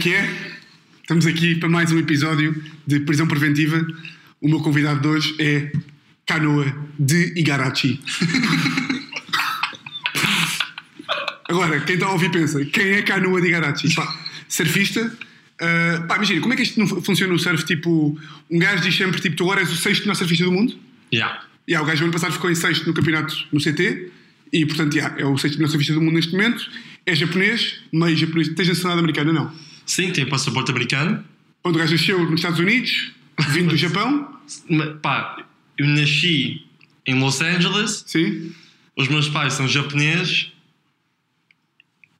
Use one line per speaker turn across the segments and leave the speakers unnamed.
que é? Estamos aqui para mais um episódio de Prisão Preventiva. O meu convidado de hoje é Canoa de Igarachi. Agora, quem está a ouvir pensa, quem é Canoa de Igarachi? Pá, surfista. Ah, pá, imagina, como é que isto não fu- funciona no surf? Tipo, um gajo diz sempre, tipo, tu agora és o sexto melhor surfista do mundo.
Yeah.
E há o gajo o ano passado ficou em sexto no campeonato no CT e, portanto, já, é o sexto melhor surfista do mundo neste momento. É japonês, meio japonês. Tens nacionalidade americana? Não.
Sim, tem passaporte americano.
Quando o gajo nasceu nos Estados Unidos, vindo do Japão,
Mas, pá, eu nasci em Los Angeles,
sim.
os meus pais são japoneses.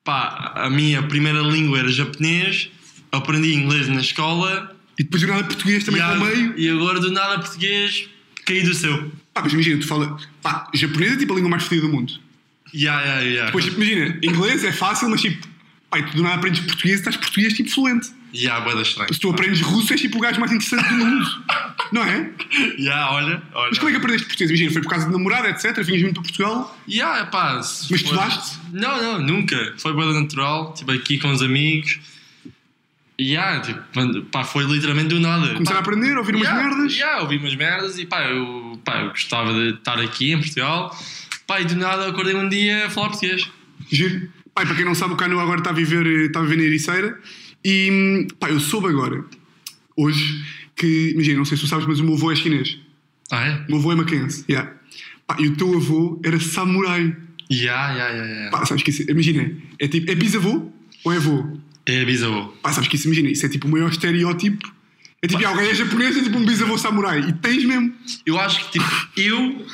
Pá, a minha primeira língua era japonês. Aprendi inglês na escola.
E depois do nada português também
e,
para
a-
o meio.
e agora do nada português caí do céu.
Pá, mas imagina, tu fala. Pá, japonês é tipo a língua mais fodida do mundo.
Yeah, yeah, yeah.
Depois, tipo, imagina, inglês é fácil, mas tipo. Pá, e tu do nada aprendes português e estás português tipo fluente.
Yeah, bué da estranho.
Se tu aprendes russo, és tipo o gajo mais interessante do mundo. Não é?
Yeah, olha, olha.
Mas como é que aprendeste português? Imagina, foi por causa de namorada, etc. Vinhas muito para Portugal.
Yeah, pá, se
Mas
for-
estudaste?
Não, não, nunca. Foi boa natural, tipo aqui com os amigos. Yeah, tipo, quando- pá, foi literalmente do nada.
Começar a
pá,
aprender, a ouvir umas
yeah,
merdas.
Yeah, ouvi umas merdas e pá eu, pá, eu gostava de estar aqui em Portugal. Pá, e do nada acordei um dia a falar português.
Giro. Pai, para quem não sabe, o Cano agora está a viver, eh, está a viver na Ericeira. E, hum, pá, eu soube agora, hoje, que, imagina, não sei se tu sabes, mas o meu avô é chinês.
Ah, é?
O meu avô é maquense. Yeah. Pá, e o teu avô era samurai.
Yeah, yeah, yeah, yeah.
Pá, sabes que isso, imagina, é tipo, é bisavô ou é avô?
É bisavô.
Pá, sabes que isso, imagina, isso é tipo o maior estereótipo. É tipo, ah, o gajo é japonês, é tipo um bisavô samurai. E tens mesmo.
Eu acho que, tipo, eu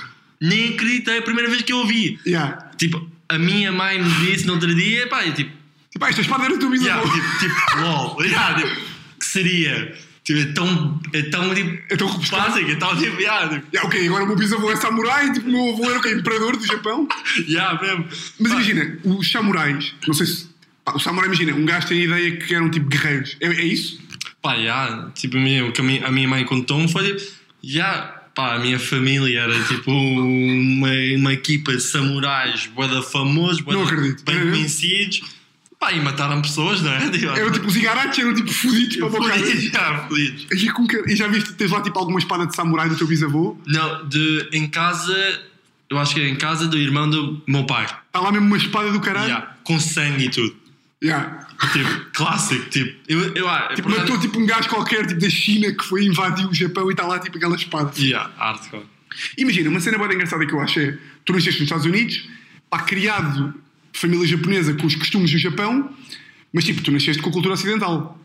nem acreditei a primeira vez que eu ouvi.
Yeah.
Tipo, a minha mãe me disse no outro dia, pá, e tipo,
Tipo, ah, esta espada era o teu bisavô.
Yeah, tipo, tipo, lol. Yeah, tipo, que seria? Tipo, é tão, é tão tipo,
É tão rebuscado.
básico, é tão tipo, yeah, tipo,
Yeah, ok, agora o meu bisavô é samurai, tipo, o meu avô era o quê? imperador do Japão.
tipo, yeah, mesmo.
Mas
Pá,
imagina, os samurais, não sei se. Pá, o samurai, imagina, um gajo tem a ideia que eram tipo guerreiros. É, é isso?
Pá, yeah, tipo, mesmo, o que a minha, a minha mãe contou-me foi tipo, yeah, pá, a minha família era tipo uma, uma equipa de samurais, bué da famosos, bué
Não
da-
acredito. Uhum.
bem
Era mesmo?
conhecidos. Pá, e mataram pessoas, não é? Tipo,
Eram tipo os igarates, eram tipo fodidos para a boca.
fodidos, yeah, fodidos.
E, com que- e já viste, tens lá tipo alguma espada de samurai do teu bisavô?
Não, de, em casa, eu acho que é em casa do irmão do meu pai.
Está Tá lá mesmo uma espada do caralho?
Yeah, com sangue e tudo.
Yeah.
Tipo, clássico, tipo. Eu, eu, ah,
Tipo,
portanto-
matou tipo um gajo qualquer tipo da China que foi invadir o Japão e está lá tipo aquela espada.
Yeah, hardcore.
Imagina, uma cena bem engraçada que eu acho é: tu nasceste nos Estados Unidos, pá, criado de família japonesa com os costumes do Japão, mas tipo, tu nasceste com a cultura ocidental.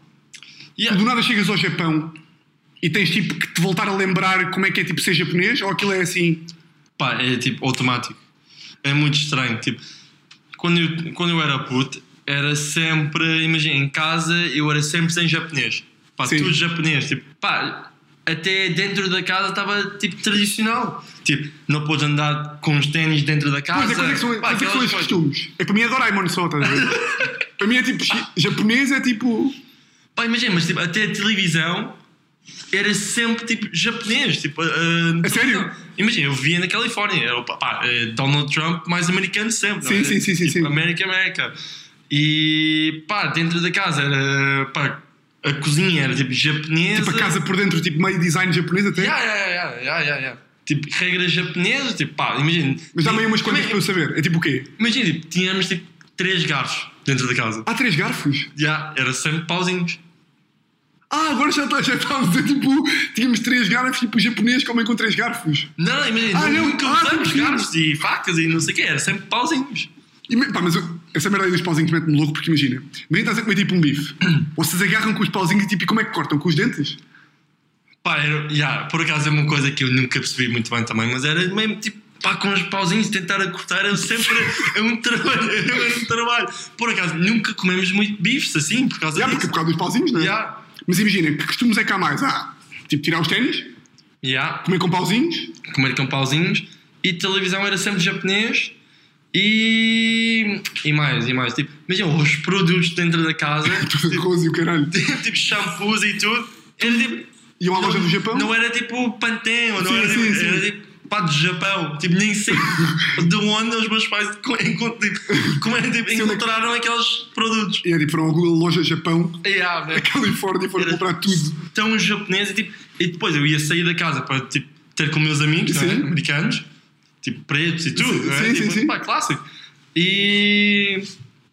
Tu
Yeah.
do nada chegas ao Japão e tens tipo que te voltar a lembrar como é que é tipo ser japonês ou aquilo é assim.
Pá, é tipo automático. É muito estranho. Tipo, quando eu, quando eu era puto, era sempre, imagina, em casa eu era sempre sem japonês. Pá,
Sim.
tudo japonês. Tipo, pá, até dentro da casa estava tipo tradicional. Tipo, não podes andar com os ténis dentro da casa.
Mas é coisa que são,
Pá,
quais é que são
aquelas
esses
coisas.
costumes. É para mim é Doraemon só, estás a ver? para mim é tipo chi- japonês, é tipo.
Pá, imagina, mas tipo, até a televisão era sempre tipo japonês. Tipo, ah,
A sério?
não. Imagina, eu via na Califórnia, era o pá, pá, eh, Donald Trump mais americano sempre. não
Sim,
é?
sim, sim, sim,
Tipo,
sim.
América, América. E pá, dentro da casa era pá, a cozinha era tipo japonesa.
Tipo a casa por dentro, tipo meio design japonês até.
Yeah, yeah, yeah, yeah, yeah, yeah. Tipo, regras japonesas, tipo, pá, imagina.
Mas dá-me aí umas
Como é-
coisas para eu saber. É tipo o quê?
Imagina, tipo, tínhamos tipo três garfos dentro da casa.
Há três garfos?
Yeah, era sempre pauzinhos.
Ah, agora já está, já está. Tipo, tínhamos três garfos, tipo japonês comem com três garfos.
Não, imagina,
Ah, não,
nunca
ah,
usamos
sim.
garfos e facas e não sei o que, era sempre pauzinhos.
E me- pá, mas eu- essa merda aí dos pauzinhos mete-me louco, porque imagina, imagina estás a comer tipo um bife. Vocês agarram com os pauzinhos e tipo, e como é que cortam? Com os dentes?
Pá, era, já, por acaso é uma coisa que eu nunca percebi muito bem também, mas era mesmo tipo, pá, com os pauzinhos tentar a cortar, era sempre é um trabalho, é um trabalho. Por acaso, nunca comemos muito bifes assim, por causa
Já, porque
disso.
por causa dos pauzinhos, não é?
Já,
Mas imagina, que costumes é que há mais? Ah, tipo, tirar os ténis,
já,
comer com pauzinhos.
comer com pauzinhos e televisão era sempre japonês e. e mais, e mais. Tipo, imagina os produtos dentro da casa,
Arroz e o caralho.
tipo shampoos e tudo, era tipo.
Iam à loja do Japão.
Não era tipo Pantene, ou não
Sim,
era,
sim,
tipo,
sim.
era tipo pá, do Japão. Tipo, nem sei de onde os meus pais co- encont- tipo, como é, tipo,
Sim, onde é que-
encontraram aqueles produtos.
E é tipo, foram a Google Loja Japão,
Yeah, man.
a Califórnia, e foram
Era
né? comprar tudo.
tipo Tão japonês e tipo. E depois eu ia sair da casa para tipo, ter com meus amigos não é?
Sim.
americanos, tipo pretos e tudo,
Sim,
não é?
sim,
tipo,
sim, sim.
pá, clássico. E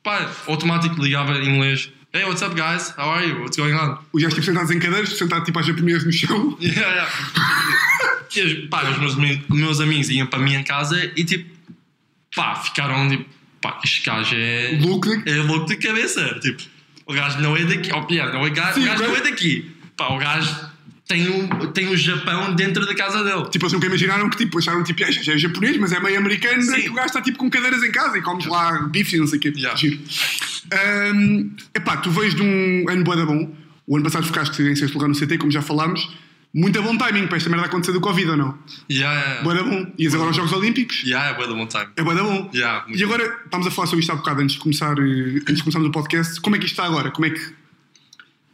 pá, automático ligava em inglês. Hey, what's up guys? How are you? What's going on?
Os gajos tipo, sentados em cadeiras, sentados tipo às japonesas no chão.
Yeah, yeah. E, os- pá, os meus, ami- meus amigos iam para a minha casa e tipo, pá, ficaram tipo, pá, este gajo é
Louco, né?
é louco de cabeça. Tipo, o gajo não é daqui. Oh, yeah, não é ga-
Sim,
o gajo
o
não é
gajo-
daqui. Pá, o gajo tem o, tem o Japão dentro da casa dele.
Tipo, assim, nunca imaginaram que tipo, acharam tipo, "Ah, já é japonês, mas é meio americano,
Sim.
e que o gajo está tipo com cadeiras em casa e comes lá bife e não sei o quê.
Yeah.
Giro. Ahm, epá, tu vens de um ano boa da bom. O ano passado ficaste em sexto lugar no CT, como já falámos. Muito bom timing para esta merda acontecer do Covid ou não?
Yeah, yeah, yeah.
Boa da bom. Ias agora aos Jogos Olímpicos?
Yeah, é bué da bom time.
É boa da bom.
Yeah, muito
E agora, estamos a falar sobre isto há bocado antes de, começar, eh, antes de começarmos o podcast. Como é que isto está agora? Como é que.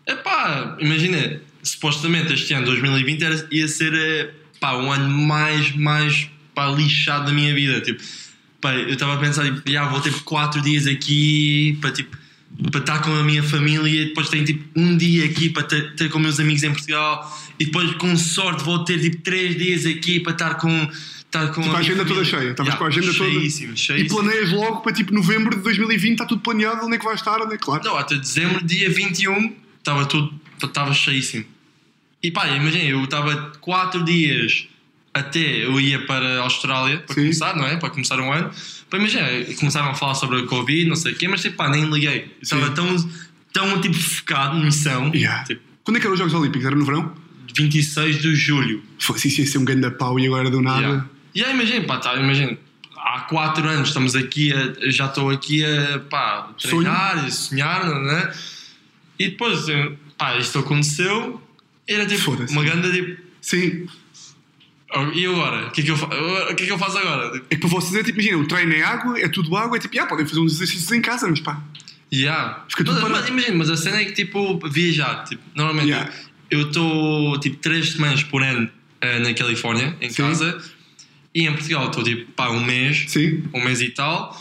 Epá, imagina, supostamente este ano 2020 era, ia ser eh, pá, um ano mais, mais pá, lixado da minha vida. Tipo, pá, eu estava a pensar, tipo, "Ya, vou ter 4 dias aqui para tipo, para estar com a minha família, depois tenho tipo um dia aqui para ter, ter com meus amigos em Portugal e depois com sorte vou ter tipo 3 dias aqui para estar com. Estar com
Tipo, a
minha
agenda toda
família."
cheia. Estavas
Ya,
com a agenda toda.
cheíssimo,
E
Cheíssimo,
planeias logo para tipo novembro de 2020, está tudo planeado, onde é que vais estar? Onde é que claro.
Não, até dezembro, dia 21, estava tudo, estava cheíssimo. E pá, imagina, eu estava 4 dias até eu ia para a Austrália para
Sim.
começar, não é? Para começar um ano. Pá, imagina, começaram a falar sobre a Covid, não sei o quê, mas tipo, pá, nem liguei. Estava
Sim.
tão, tão tipo focado, missão.
Yeah.
Tipo,
Quando é que eram os Jogos Olímpicos? Era no verão?
26 de julho.
Fosse isso ia ser um grande pau e agora do nada.
Yeah. E aí, imagina, pá, tá, imagina, há 4 anos estamos aqui, a, já estou aqui a pá, treinar e sonhar, não é? E depois, eh, pá, isto aconteceu, era tipo
Foda-se.
uma grande tipo.
Sim.
"Oh, E agora? O que é que eu, fa o que é que eu faço agora? Tipo,
É que para vocês é tipo, imagina, o treino é água, é tudo água, é tipo, ah, podem fazer uns exercícios em casa, mas pá.
Yeah.
Fica tudo
mas,
parado.
mas imagina, mas a cena é que tipo viajar, tipo, normalmente
Yeah.
eu estou tipo 3 semanas por ano eh, na Califórnia, em
Sim.
casa, e em Portugal estou tipo pá, um mês,
Sim.
um mês e tal,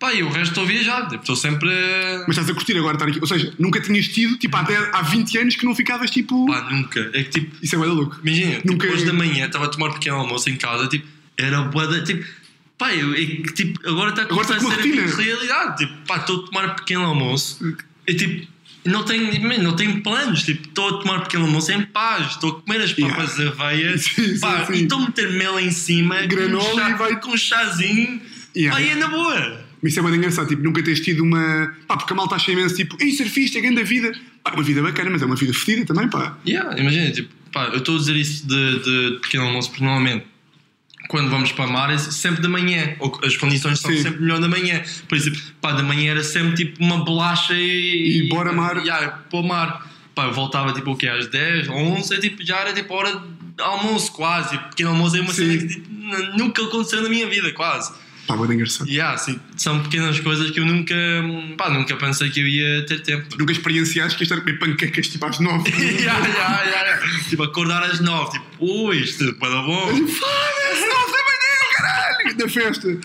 pá, e o resto estou a viajar, tipo, estou sempre. eh,
Mas estás a curtir agora estar aqui. Ou seja, nunca tinhas tido, tipo, há, 10, há 20 anos que não ficavas tipo.
Pá, nunca. É que tipo,
Isso é bué da louco.
imagina, tipo,
Nunca-
hoje da manhã estava a tomar um pequeno almoço em casa, tipo, era bué da, tipo, pá, eu, é que tipo, agora está a
Agora
começar
tá com
a
uma
ser tipo,
rotina.
realidade, tipo, pá, estou a tomar um pequeno almoço e tipo, não tenho, imagina, não tenho planos, tipo, estou a tomar um pequeno almoço em paz, estou a comer as
Yeah.
papas de aveia,
Sim, sim,
pá,
sim.
e estou a meter mel em cima,
Granola
com um, chá-
e vai-
com um chazinho,
Yeah.
pá, e é na boa.
Mas isso é bué de engraçado, tipo, nunca tens tido uma. Pá, porque a malta acha imenso, tipo, ei, surfista, é grande a vida. Pá, é uma vida bacana, mas é uma vida fedida também, pá.
Yeah, imagina, tipo, pá, eu estou a dizer isso de, de pequeno almoço, porque normalmente quando vamos para mar é sempre da manhã, ou as condições são
Sim.
sempre melhor da manhã. Por exemplo, pá, da manhã era sempre tipo uma bolacha e.
E bora mar.
Yeah, para o mar. Pá, eu voltava tipo o quê? Às 10, 11, é, tipo, já era tipo a hora de almoço quase. Pequeno almoço é uma
Sim.
cena que tipo, n- nunca aconteceu na minha vida, quase.
Pá, bué de engraçado.
Yeah, assim, são pequenas coisas que eu nunca, pá, nunca pensei que eu ia ter tempo.
Nunca experienciaste que ias estar a comer panquecas tipo às 9.
Ya, ya, ya, ya. Tipo, acordar às nove, tipo, ui, isto pá, tá bom.
Foda-se, 9 da manhã, caralho! Da festa.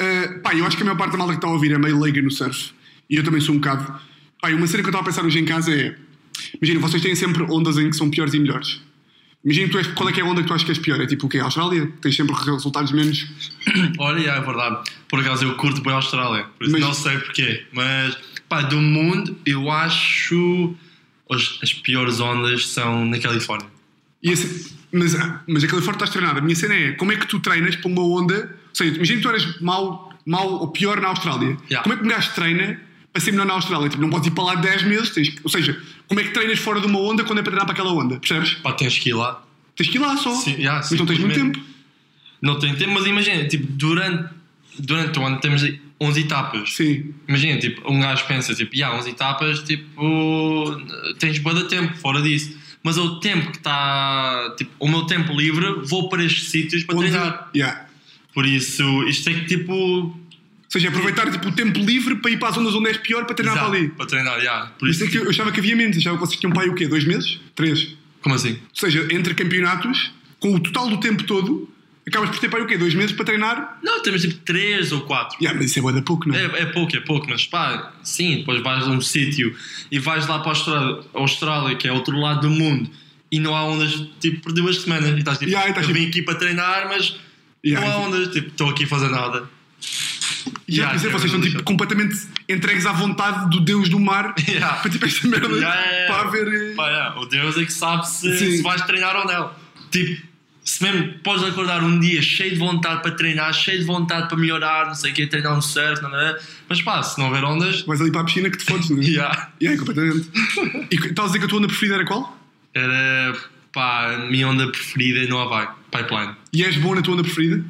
Uh, pá, eu acho que a maior parte da malta que está a ouvir é meio leiga no surf. E eu também sou um bocado. Pá, e uma cena que eu estava a pensar hoje em casa é. Imagina, vocês têm sempre ondas em que são piores e melhores. Imagina, tu és, qual é que é a onda que tu achas que és pior? É tipo o quê? A Austrália? Tens sempre resultados menos.
Olha, ya, é verdade. Por acaso eu curto bem a Austrália, por isso
Mas-
não sei porquê. Mas, pá, do mundo, eu acho as, as piores ondas são na Califórnia.
E assim, mas, mas a Califórnia estás treinado. A minha cena é como é que tu treinas para uma onda. Ou seja, imagina que tu eras mau, mau ou pior na Austrália.
Yeah.
Como é que um gajo treina para ser melhor na Austrália? Tipo, não podes ir para lá 10 meses. Tens, que- ou seja, como é que treinas fora de uma onda quando é para treinar para aquela onda? Percebes?
Pá, tens que ir lá.
Tens que ir lá só.
Sim, yeah,
então tens muito
simplesmente.
tempo.
Não tenho tempo, mas imagina, tipo, durante, durante o ano temos 11 etapas.
Sim.
Imagina, tipo, um gajo pensa, tipo, há 11 etapas, tipo, tens bué de tempo fora disso. Mas é o tempo que está, tipo, o meu tempo livre, vou para estes sítios para
Onde-
treinar.
Yeah.
Por isso, isto é que, tipo,
Ou seja, aproveitar tipo, o tempo livre para ir para as ondas onde és pior para treinar
exato,
para ali.
para treinar, já. Por
Isso
isso,
é que eu eu achava que havia menos. Achava que vocês tinham pai o quê? Dois meses? Três?
como assim?
Ou seja, entre campeonatos, com o total do tempo todo, a Acabas por ter para o quê? Dois meses para treinar?
Não, temos tipo 3 ou 4.
Yeah, mas isso é bué da pouco, não é?
É, é pouco, é pouco, mas pá, sim, depois vais a um sítio e vais lá para a Austrália, Austrália, que é outro lado do mundo, e não há ondas, tipo, por duas semanas, e estás tipo,
Yeah, e estás,
eu
tipo-
vim aqui para treinar, mas
Yeah,
não há
sim.
ondas, tipo, estou aqui a fazer nada.
E yeah,
Yeah,
dizer,
yeah, é
vocês estão
não
tipo,
deixa.
completamente entregues à vontade do deus do mar
Yeah.
para tipo esta merda
Yeah, yeah, yeah.
para haver. eh,
Pá, é, o Deus é que sabe se,
Sim.
se vais treinar ou não. Tipo, se mesmo podes acordar um dia cheio de vontade para treinar, cheio de vontade para melhorar, não sei o quê, treinar um surf, não, não, não. mas pá, se não houver ondas,
Vais ali para a piscina que te fodes, não é?
yeah.
Yeah, completamente. E que- estás a dizer que a tua onda preferida era qual?
era pá, a minha onda preferida é no Havaí, Pipeline.
E és bom na tua onda preferida?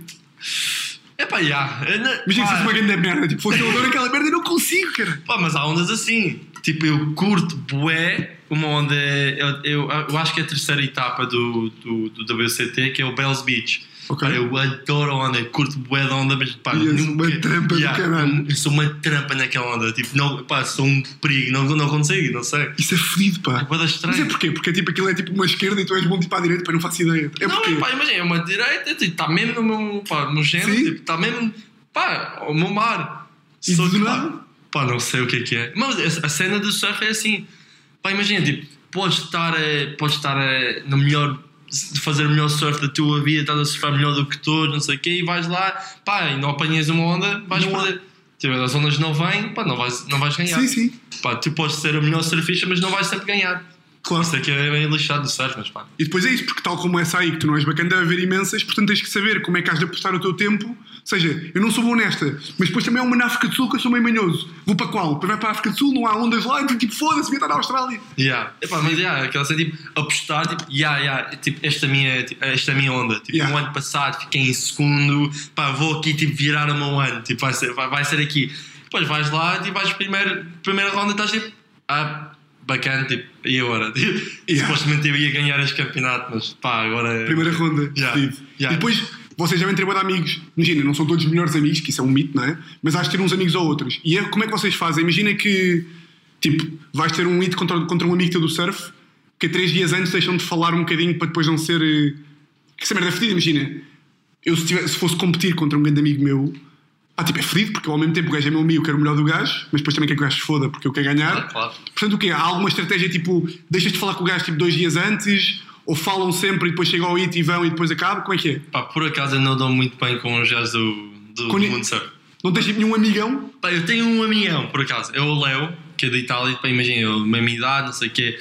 É pá, yeah. é na-
Imagina se
pá,
fosse uma grande merda, tipo, fosse eu adoro aquela merda e não consigo, cara.
pá, mas há ondas assim. Tipo, eu curto bué uma onda, eu, eu, eu acho que é a terceira etapa do, do, do WCT, que é o Bells Beach.
Ok.
Pá, eu adoro onda, eu curto bué da onda, mas pá,
E és
nunca-
uma trampa do caralho.
Eu sou uma trampa naquela onda, tipo, não, pá, sou um perigo, não, não consigo, não sei.
Isso é fodido, pá.
bué da
Mas é
estranha.
porquê? Porque tipo, aquilo é tipo uma esquerda e tu és bom tipo à direita, pá, não faço ideia. É
Não,
porque.
é, pá, imagina, é uma direita, tipo, está mesmo no meu, pá, no meu género,
Sim.
tipo, está mesmo, pá, o meu mar.
E
Só
do
que,
nada?
pá, pá, não sei o que é que é. Mas a a cena do surf é assim, pá, imagina, tipo, podes estar, eh, podes estar eh, no melhor, fazer o melhor surf da tua vida, estás a surfar melhor do que todos, não sei o quê, e vais lá, pá, e não apanhas uma onda, vais
Não há.
perder. Tipo, as ondas não vêm, pá, não vais, não vais ganhar.
Sim, sim.
Pá, tu podes ser o melhor surfista, mas não vais sempre ganhar.
Claro.
Isso aqui é meio lixado do surf, mas pá.
E depois é isso, porque tal como essa aí, que tu não és bacana, deve haver imensas, portanto tens que saber como é que has de apostar o teu tempo. Ou seja, eu não sou bom nesta, mas depois também há uma na África do Sul que eu sou meio manhoso. Vou para qual? Depois vai para a África do Sul, não há ondas lá, então tipo, foda-se, vim estar na Austrália.
Yeah. Epá, mas yeah, aquela cena tipo, apostar, tipo, yeah, yeah, tipo, esta minha, tipo, esta minha onda. Tipo,
Yeah.
um ano passado fiquei em segundo, pá, vou aqui tipo, virar o meu ano, tipo, vai, ser, vai, vai ser aqui. Depois vais lá e tipo, vais primeiro, primeira ronda estás tipo, ah, bacana, tipo, e agora? Tipo,
Yeah.
Supostamente eu ia ganhar este campeonato, mas pá, agora.
Primeira ronda,
É. Yeah,
decidido.
yeah.
E depois vocês já vêm ter bué de amigos. Imagina, não são todos melhores amigos, que isso é um mito, não é? Mas hás de ter uns amigos ou outros. E é, como é que vocês fazem? Imagina que, tipo, vais ter um hit contra, contra um amigo teu do surf, que três dias antes deixam de falar um bocadinho para depois não ser. eh, Que essa merda é fedida, imagina. Eu, se, tiver- se fosse competir contra um grande amigo meu, ah, tipo, é fedido, porque ao mesmo tempo o gajo é meu amigo, eu quero o melhor do gajo, mas depois também quero que o gajo se foda, porque eu quero ganhar.
Claro, claro.
Portanto, o quê? Há alguma estratégia tipo, deixas de falar com o gajo tipo dois dias antes? Ou falam sempre e depois chegam ao IT e vão e depois acabam? Como é que é?
Pá, por acaso eu não dou muito bem com os gajos do, do,
Com
do
ni-
mundo surf.
Não tens tipo nenhum amigão?
Pá, eu tenho um amigão, por acaso. É o Leo, que é da Itália. Pá, imagina, eu, mesma idade, não sei o quê.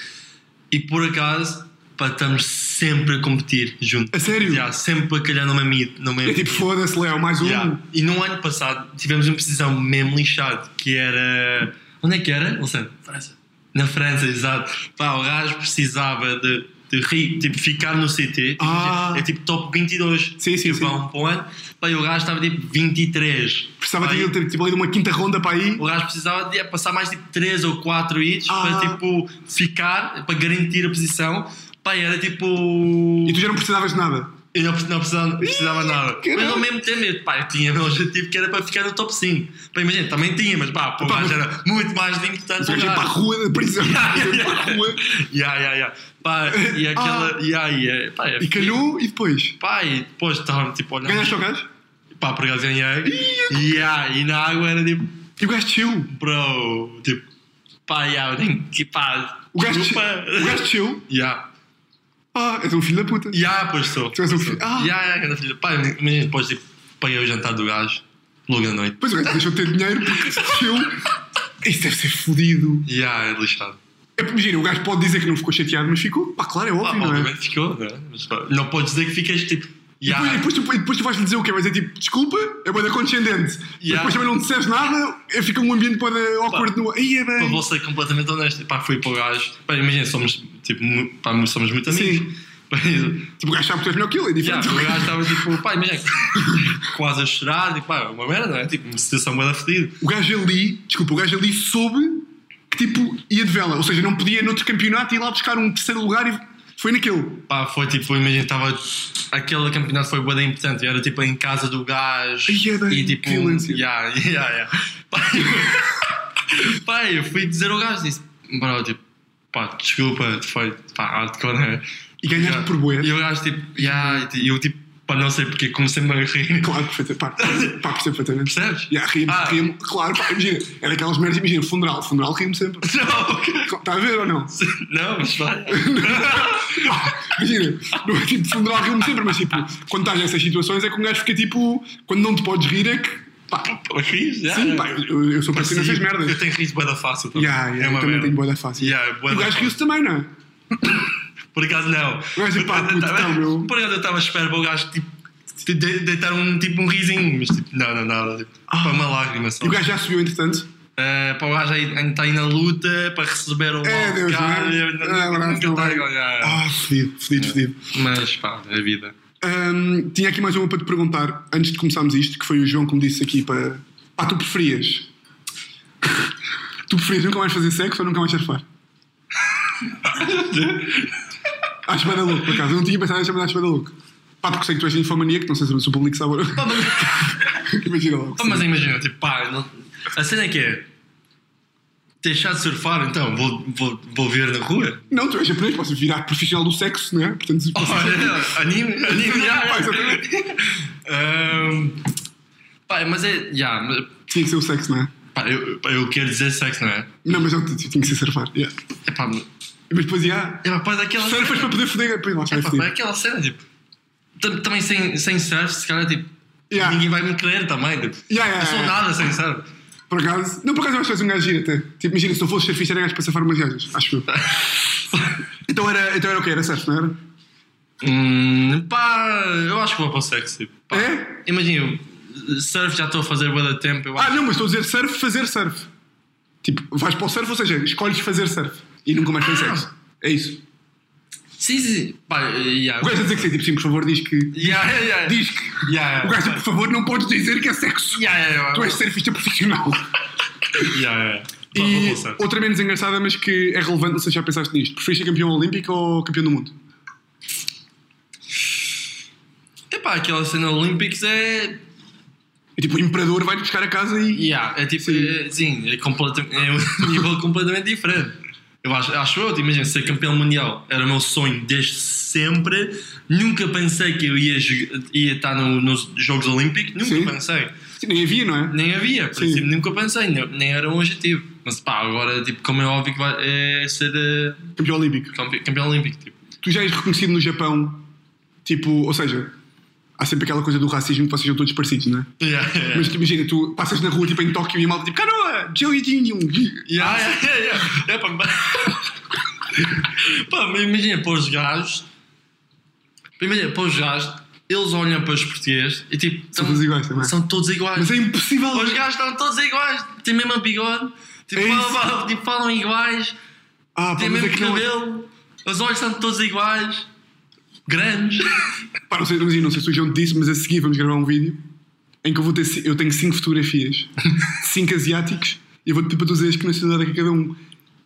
E por acaso, pá, estamos sempre a competir juntos.
A sério?
Já, sempre a calhar numa mid. Numa
É tipo, foda-se, Léo, mais um.
Já. E no ano passado tivemos uma precisão mesmo lixado, que era... Onde é que era, Alessandro? França. Na França, exato. Pá, o gajo precisava de, de ri- tipo, ficar no CT. Tipo,
Ah.
É tipo top 22.
Sim, sim,
tipo,
sim.
há um bom ano. Pá, e o gajo estava tipo 23.
Precisava
Pá,
ter,
e-
ido, ter tipo, ali de uma quinta ronda para aí.
o gajo precisava de é, passar mais tipo 3 ou 4 hits
Ah.
para tipo ficar, para garantir a posição. Pá, era tipo.
E tu já não precisavas de nada.
Eu não precisava, não precisava, precisava nada.
caralho.
Mas ao mesmo tempo, eu, pá, eu tinha o meu objetivo que era para ficar no top 5. Pá, imagina, também tinha, mas pá, pô, o
Pá,
gajo
mas-
era muito mais importante.
Tu vais para a rua da prisão.
Ya, ya,
vais para a
ya.
rua. Ah.
Ya, ya, ya. Pá, e aquela. ya, ya, pá, é
E calhou e depois.
Pá, e depois estava tipo olhando.
Ganhaste ao gajo?
Pá, por acaso ganhei. Ya, e na água era tipo.
E o gajo desceu.
Bro, tipo, pá, já, eu tenho que, pá,
O gajo desceu.
desculpa.
O gajo desceu.
Já,
Ah, és um filho da puta.
já, pois sou.
Tu és um filho- Ah.
Já, já, grande filho. Pá, imagina, depois, tipo, paguei o jantar do gajo, logo à noite.
Depois o gajo deixou de ter dinheiro porque desceu. Isso deve ser fodido.
Já, é lixado.
É, imagina, o gajo pode dizer que não ficou chateado, mas ficou. Pá, claro, é
Pá,
óbvio, não é?
obviamente ficou, não é? Mas, pá, não podes dizer que ficas, tipo,
E
já.
depois, e depois tu, e depois tu vais-lhe dizer o quê? Vais dizer tipo, desculpa, é boa condescendente. Mas
Yeah.
depois também não disseres nada, é- fica um ambiente boa awkward no. Aí é
Pá,
bem.
vou ser completamente honesto. Pá, fui para o gajo. Pá, imagina, somos, tipo, mu- pá, somos muito amigos. Pá, e-
Tipo, o gajo sabe que tu és melhor que ele, é
já,
diferente.
o gajo estava, tipo, pá, imagina, quase a chorar. E, pá, uma merda, não é? Tipo, uma situação bué da fedida.
O gajo ali, desculpa, o gajo ali soube que tipo ia de vela, ou seja, não podia noutro campeonato ir lá buscar um terceiro lugar e foi naquele.
Pá, foi tipo, imagina, estava. Aquele campeonato foi bem importante. Eu era tipo em casa do gajo.
Ai, é bem,
e tipo.
que violência.
Yeah, yeah, yeah. Pá, eu, pá, eu fui dizer ao gajo disse: Bro, tipo, pá, desculpa, foi pá, hardcore, né?
E ganhaste por bué.
E o gajo tipo, yeah, e eu tipo. Pá, não sei porque comecei-me a rir.
Claro, perfeitamente. Pá, pá, percebo perfeitamente.
Percebes?
Yeah, ria-me,
Ah.
ria-me, claro, pá, imagina. Era aquelas merdas, imagina, funeral. Funeral ria-me sempre.
Não, ok.
Está a ver ou não?
Não, mas vai.
Imagina, não é tipo funeral rio-me sempre, mas tipo, quando estás nessas situações é que um gajo fica tipo, quando não te podes rir é que. Pá,
Riz, já.
sim, pá, eu, eu sou
Mas
parecido nessas
sim,
merdas.
Assim, Eu tenho riso bué da fácil também.
Yeah, yeah,
é
eu
uma
também
merda.
tenho bué da fácil.
Yeah, bué
E o
da
gajo
fácil.
riu-se também, não é?
Por acaso não.
gajo, é
Eu
pá,
tava-
puto,
tava-
não, meu.
Por acaso eu estava a esperar para o gajo tipo, de- de- deitar um, tipo, um risinho, mas tipo, não, não, nada. Tipo, Para uma lágrima só.
Ah. E o gajo já subiu, entretanto.
Eh, para o gajo aí- ainda está aí na luta para receber o
É, Deus,
Oscar,
não é?
eh,
É, abraço,
Nunca
não
está
vai.
igual, já, já.
Ah, fedido, fedido, fedido.
Mas pá, é a vida.
Hum, tinha aqui mais uma para te perguntar, antes de começarmos isto, que foi o João que me disse aqui para. Pá, tu preferias. Tu preferias nunca mais fazer sexo ou nunca mais surfar? Acho bem louco, por acaso. Eu não tinha pensado em chamar de louco. Pá, porque sei que tu és infomaníaco, não sei se o público sabe. ou não.
Pá, mas,
Imagina logo.
pá, mas imagina, tipo, pá, não- a cena é que é. Deixar de surfar, então, vou, vou, vou ver na rua.
Não, tu és japonês, posso virar profissional do sexo, não é? Portanto,
Olha, anime, anime, já, já.
Pá, é exatamente.
Ahm, Pá, mas é. já, mas-
tinha que ser o sexo, não é?
pá, eu, pá, eu quero dizer sexo, não é?
Não, mas eu t- tinha que ser surfar. Yeah.
É pá, mas-
Mas depois, yeah,
é pá, pá, daquela
surfas para poder foder. Pois lá, já é
Pá, pá,
fodido.
aquela cena, tipo. tam- Também sem, sem surf, se calhar, tipo.
Yeah.
Ninguém vai me querer também, tipo.
Yeah, yeah,
eu sou
yeah.
nada sem surf.
Por acaso, não, por acaso eu acho que és um gajo giro até. Tipo, imagina, se não fosse surfista era gajo para safar umas gajas, acho eu. então, era, então era o quê? Era surf, não era?
Hum, pá, eu acho que vou para o sexo, tipo. Pá.
É?
Imagina, eu- surf já estou a fazer bué de tempo, eu
Ah,
acho.
não, mas estou a dizer surf, fazer surf. Tipo, vais para o surf, ou seja, escolhes fazer surf e nunca mais fazes sexo. É isso.
Sim, sim, pá, yeah.
O gajo a Ah. dizer que sim, tipo, sim, por favor, diz que.
Yeah, yeah, yeah.
Diz que.
Yeah, yeah.
O gajo, por favor, não podes dizer que é sexo.
Yeah, yeah, yeah.
Tu és surfista profissional.
Yeah, yeah. Vou- vou
E
para o surf.
outra menos engraçada, mas que é relevante, não sei se já pensaste nisto. Preferiste ser campeão olímpico ou campeão do mundo?
Epá, aquela cena Olympics é.
É tipo, o imperador vai-te buscar a casa e.
Yeah, é tipo.
Sim.
É, sim, é, completa- é um nível completamente diferente. Eu acho, acho eu, imagina, ser campeão mundial era o meu sonho desde sempre. Nunca pensei que eu ia, jog- ia estar no- nos Jogos Olímpicos, nunca
Sim.
pensei.
Sim, nem havia, não é?
Nem havia, por
Sim.
exemplo, nunca pensei, nem, nem era um objetivo. Mas pá, agora, tipo, como é óbvio que vai é ser eh,
Campeão olímpico.
campe- campeão olímpico, tipo.
tu já és reconhecido no Japão, tipo, ou seja, há sempre aquela coisa do racismo que vocês são todos parecidos, não é?
Yeah, yeah,
Mas tipo, imagina, tu passas na rua, tipo, em Tóquio e a malta, tipo, caramba, Joey Jinjung.
Yeah, yeah, yeah, yeah. É pá, mas- Pá, mas imagina para os gajos. Imagina para os gajos, eles olham para os portugueses e tipo.
São todos iguais também.
São todos iguais.
Mas é impossível.
Os gajos estão todos iguais. Têm mesmo bigode. Tipo,
É
falam,
isso.
falam- tipo, falam iguais.
Ah, pá,
Têm
mas é
mesmo
que não.
cabelo. Os olhos são todos iguais. Grandes.
Pá, não sei, não sei, não sei se o João te disse, mas a seguir vamos gravar um vídeo em que eu vou ter. ci- Eu tenho 5 fotografias, 5 asiáticos, e eu vou te pedir para tu dizeres que nacionalidade é que é cada um.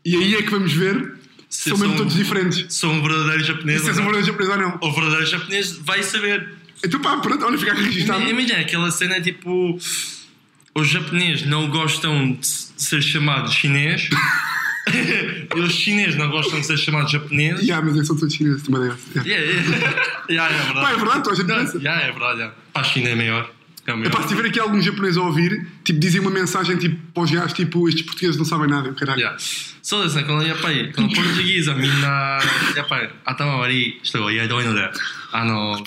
E aí é que vamos ver se
Se
são mesmo
são-
todos diferentes.
Sou um verdadeiro japonês.
Se és um
ou não?
verdadeiro japonês ou não.
O verdadeiro japonês vai saber.
Então pá, pronto, olha, fica aqui registado.
Ima- Imagina aquela cena tipo. Os japoneses não gostam de s- ser chamados chinês. e os chineses não gostam de ser chamados japoneses.
Ya, mas eu sou todo chinês, também é. Ya.
Yeah, yeah. yeah, é
Pá, é
verdade.
verdade, tu a gente
Não,
pensa.
yeah, é verdade. Yeah. Pá, a China é maior. É maior.
Epá, se tiver aqui algum japonês a ouvir, tipo, dizem uma mensagem tipo, para os gajos, tipo, estes portugueses não sabem nada, eu caralho.
Yeah. So, dessa, quando eu pai, quando português, a minha. Eu pai, atama wari, estou aí, doido, né? Ah, não.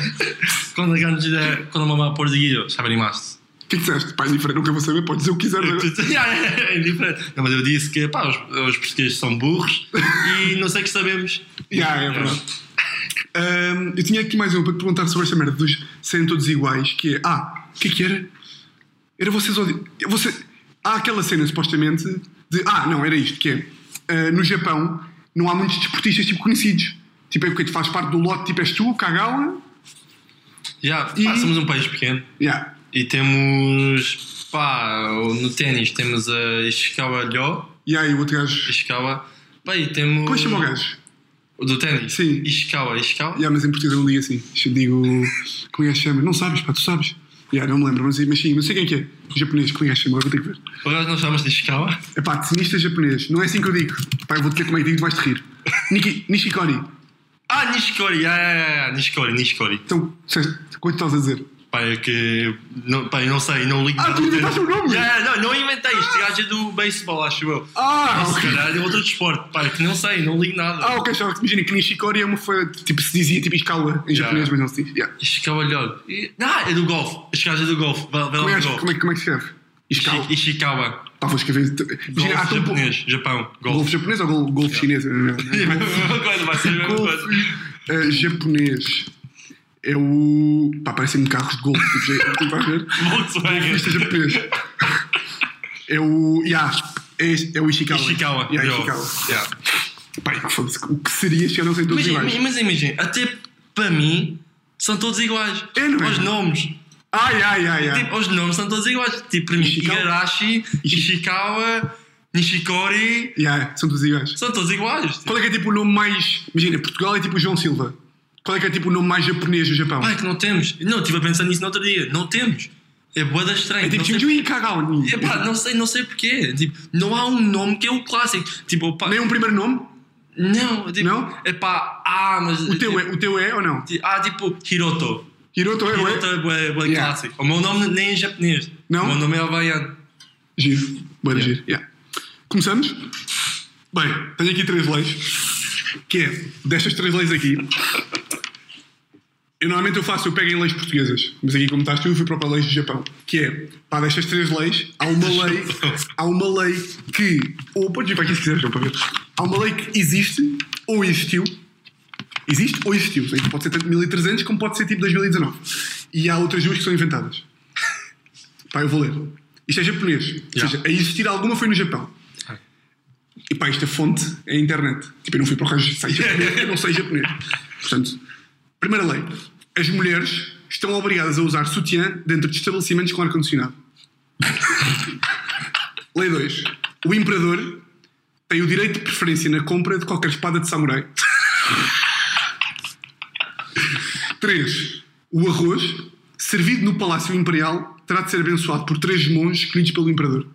Quando a grande de. Quando a mamá português, saberimaste.
O que é que disseste? Pá, é diferente, nunca vou saber, podes dizer o que quiseres. agora.
é indiferente. Não, mas eu disse que pá, os, os portugueses são burros e não sei o que sabemos.
Ya, é verdade. Ahm, eu tinha aqui mais uma para te perguntar sobre esta merda dos serem todos iguais, que é. Ah, o que é que era? Era vocês odi... você Há aquela cena, supostamente, de. Ah, não, era isto, que é. ah, no Japão não há muitos desportistas tipo conhecidos. Tipo, é porque tu fazes parte do lote, tipo, és tu, o Kagawa.
Yeah, pá,
E-
somos um país pequeno
Ya.
e temos, pá, no ténis temos a Ishikawa Lyo,
E aí o outro gajo.
Ishikawa, pá, e temos...
Como é que chama o gajo?
O do ténis?
Sim.
Ishikawa, Ishikawa?
Yeah, mas em português eu não digo assim. Eu digo. Como é que se chama? Não sabes, pá, tu sabes. Yeah, não me lembro, mas, mas sim, mas sei quem que é. O japonês, como é que se chama? Agora vou ter que ver.
Por acaso não chamamos de Ishikawa?
É pá, tenista japonês. Não é assim que eu digo. Pá, eu vou dizer como é que digo, tu vais te rir. Niki, Nishikori.
Ah, Nishikori, yeah, yeah, yeah, Nishikori, Nishikori.
Então, disseste- quanto estás a dizer?
Pá, é que. Não, pá, eu não sei, não ligo
Ah,
nada.
tu inventaste o nome?
Yeah, yeah, não, não inventei. Este gajo é do beisebol, acho eu.
Ah,
Ou se
ok.
calhar é outro desporto. Pá, que não sei, não ligo nada.
Ah, ok, achava que imagina que Nishikori é uma foi, tipo, se dizia tipo escala em
Já.
japonês, mas não se diz. Yeah.
Este gajo é olhado. E- Ah, é do golfe. Este gajo é do golfe. Vai, vai
Como,
lá
é,
do golfe.
como, é, como é que se escreve? Escala.
Ishi- Ishikawa.
Pá, vou escrever. Imagina, há
Golfe
tão pouco.
japonês, Japão.
Golfe
Golfe.
japonês ou gol- golfe chinês?
É a mesma coisa, vai ser a mesma coisa.
Golfe eh, japonês é o. Pá, parecem-me carros de golfe, tipo, já- tipo, a ver?
Volkswagen.
Isto é japonês. É o. Ya, é, este- é o Ishikawa.
Ishikawa.
Ya,
Yo.
Ishikawa.
Yeah.
Pá, foda-se, o que seria se eu não sei todos
Imagina,
iguais?
mas imagina, até para mim são todos iguais.
É, não é?
Os nomes.
Ai, ai, ai, ai.
Tipo, os nomes são todos iguais. Tipo, para mim,
Ishikawa.
Igarashi,
Ishi-
Ishikawa, Nishikori,
Ya, são todos iguais.
são todos iguais. Tipo,
Qual é que é tipo o nome mais. Imagina, Portugal é tipo o João Silva. Qual é que é tipo o nome mais japonês do Japão?
pá, é que não temos. Não, estive a pensar nisso no outro dia. Não temos. É boa da estranha.
É tipo
não sei- É,
Jinjui Kagaoni.
Epá, não sei, não sei porquê. Tipo, não há um nome que é o clássico. Tipo, opá,
Nem um primeiro nome?
não, tipo,
Não?
epá, ah, mas.
O teu é, o teu é ou não?
Ti- Ah, tipo, Hiroto.
Hiroto é,
Hiroto
ou é?
é bué, bué
Yeah.
clássico. O meu nome nem é japonês.
Não?
O meu nome é havaiano.
Giro. Bora,
Yeah.
giro. Yeah. Começamos? Bem, tenho aqui três leis. Que é, destas três leis aqui, eu normalmente eu faço, eu pego em leis portuguesas, mas aqui como estás tu, eu fui para para leis do Japão. Que é, pá, destas três leis, há uma lei, há uma lei que, ou podes ir para aqui se quiseres, João, para ver. Há uma lei que existe, ou existiu, existe ou existiu, Portanto, pode ser tanto 1300 como pode ser tipo 2019. E há outras duas que são inventadas. Pá, eu vou ler. Isto é japonês. Ou
Já.
seja, a existir alguma foi no Japão.
Ok.
E pá, isto é fonte é a internet. Tipo, eu não fui para o caso de sei japonês, eu não sei japonês. Portanto, primeira lei. As mulheres estão obrigadas a usar sutiã dentro de estabelecimentos com ar-condicionado. lei 2. O imperador tem o direito de preferência na compra de qualquer espada de samurai. 3. O arroz, servido no Palácio Imperial, terá de ser abençoado por três monges escolhidos pelo Imperador.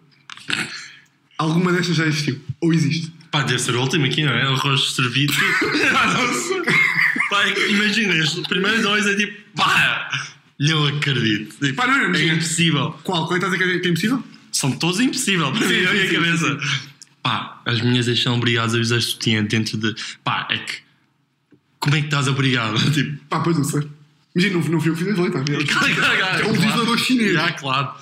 Alguma destas já existiu? Ou existe?
Pá, deve ser o último aqui, não é? O arroz servido.
Ah,
Pá, não sei. Pá, é que imagina, os primeiros dois é tipo, pá, não acredito. Tipo,
Pá, não, não,
é
imagina.
impossível.
Qual? Qual é que estás a dizer que é impossível?
São todos impossível para mim, na
sim,
minha
sim,
cabeça. Pá, as minhas ex são obrigadas a usar sutiã dentro de. Pá, é que. Como é que estás obrigado? Tipo,
Pá, pois não sei. Imagina, não, não fui eu que fiz a lei, tá? Eu-
é
um legislador chinês.
Já, claro.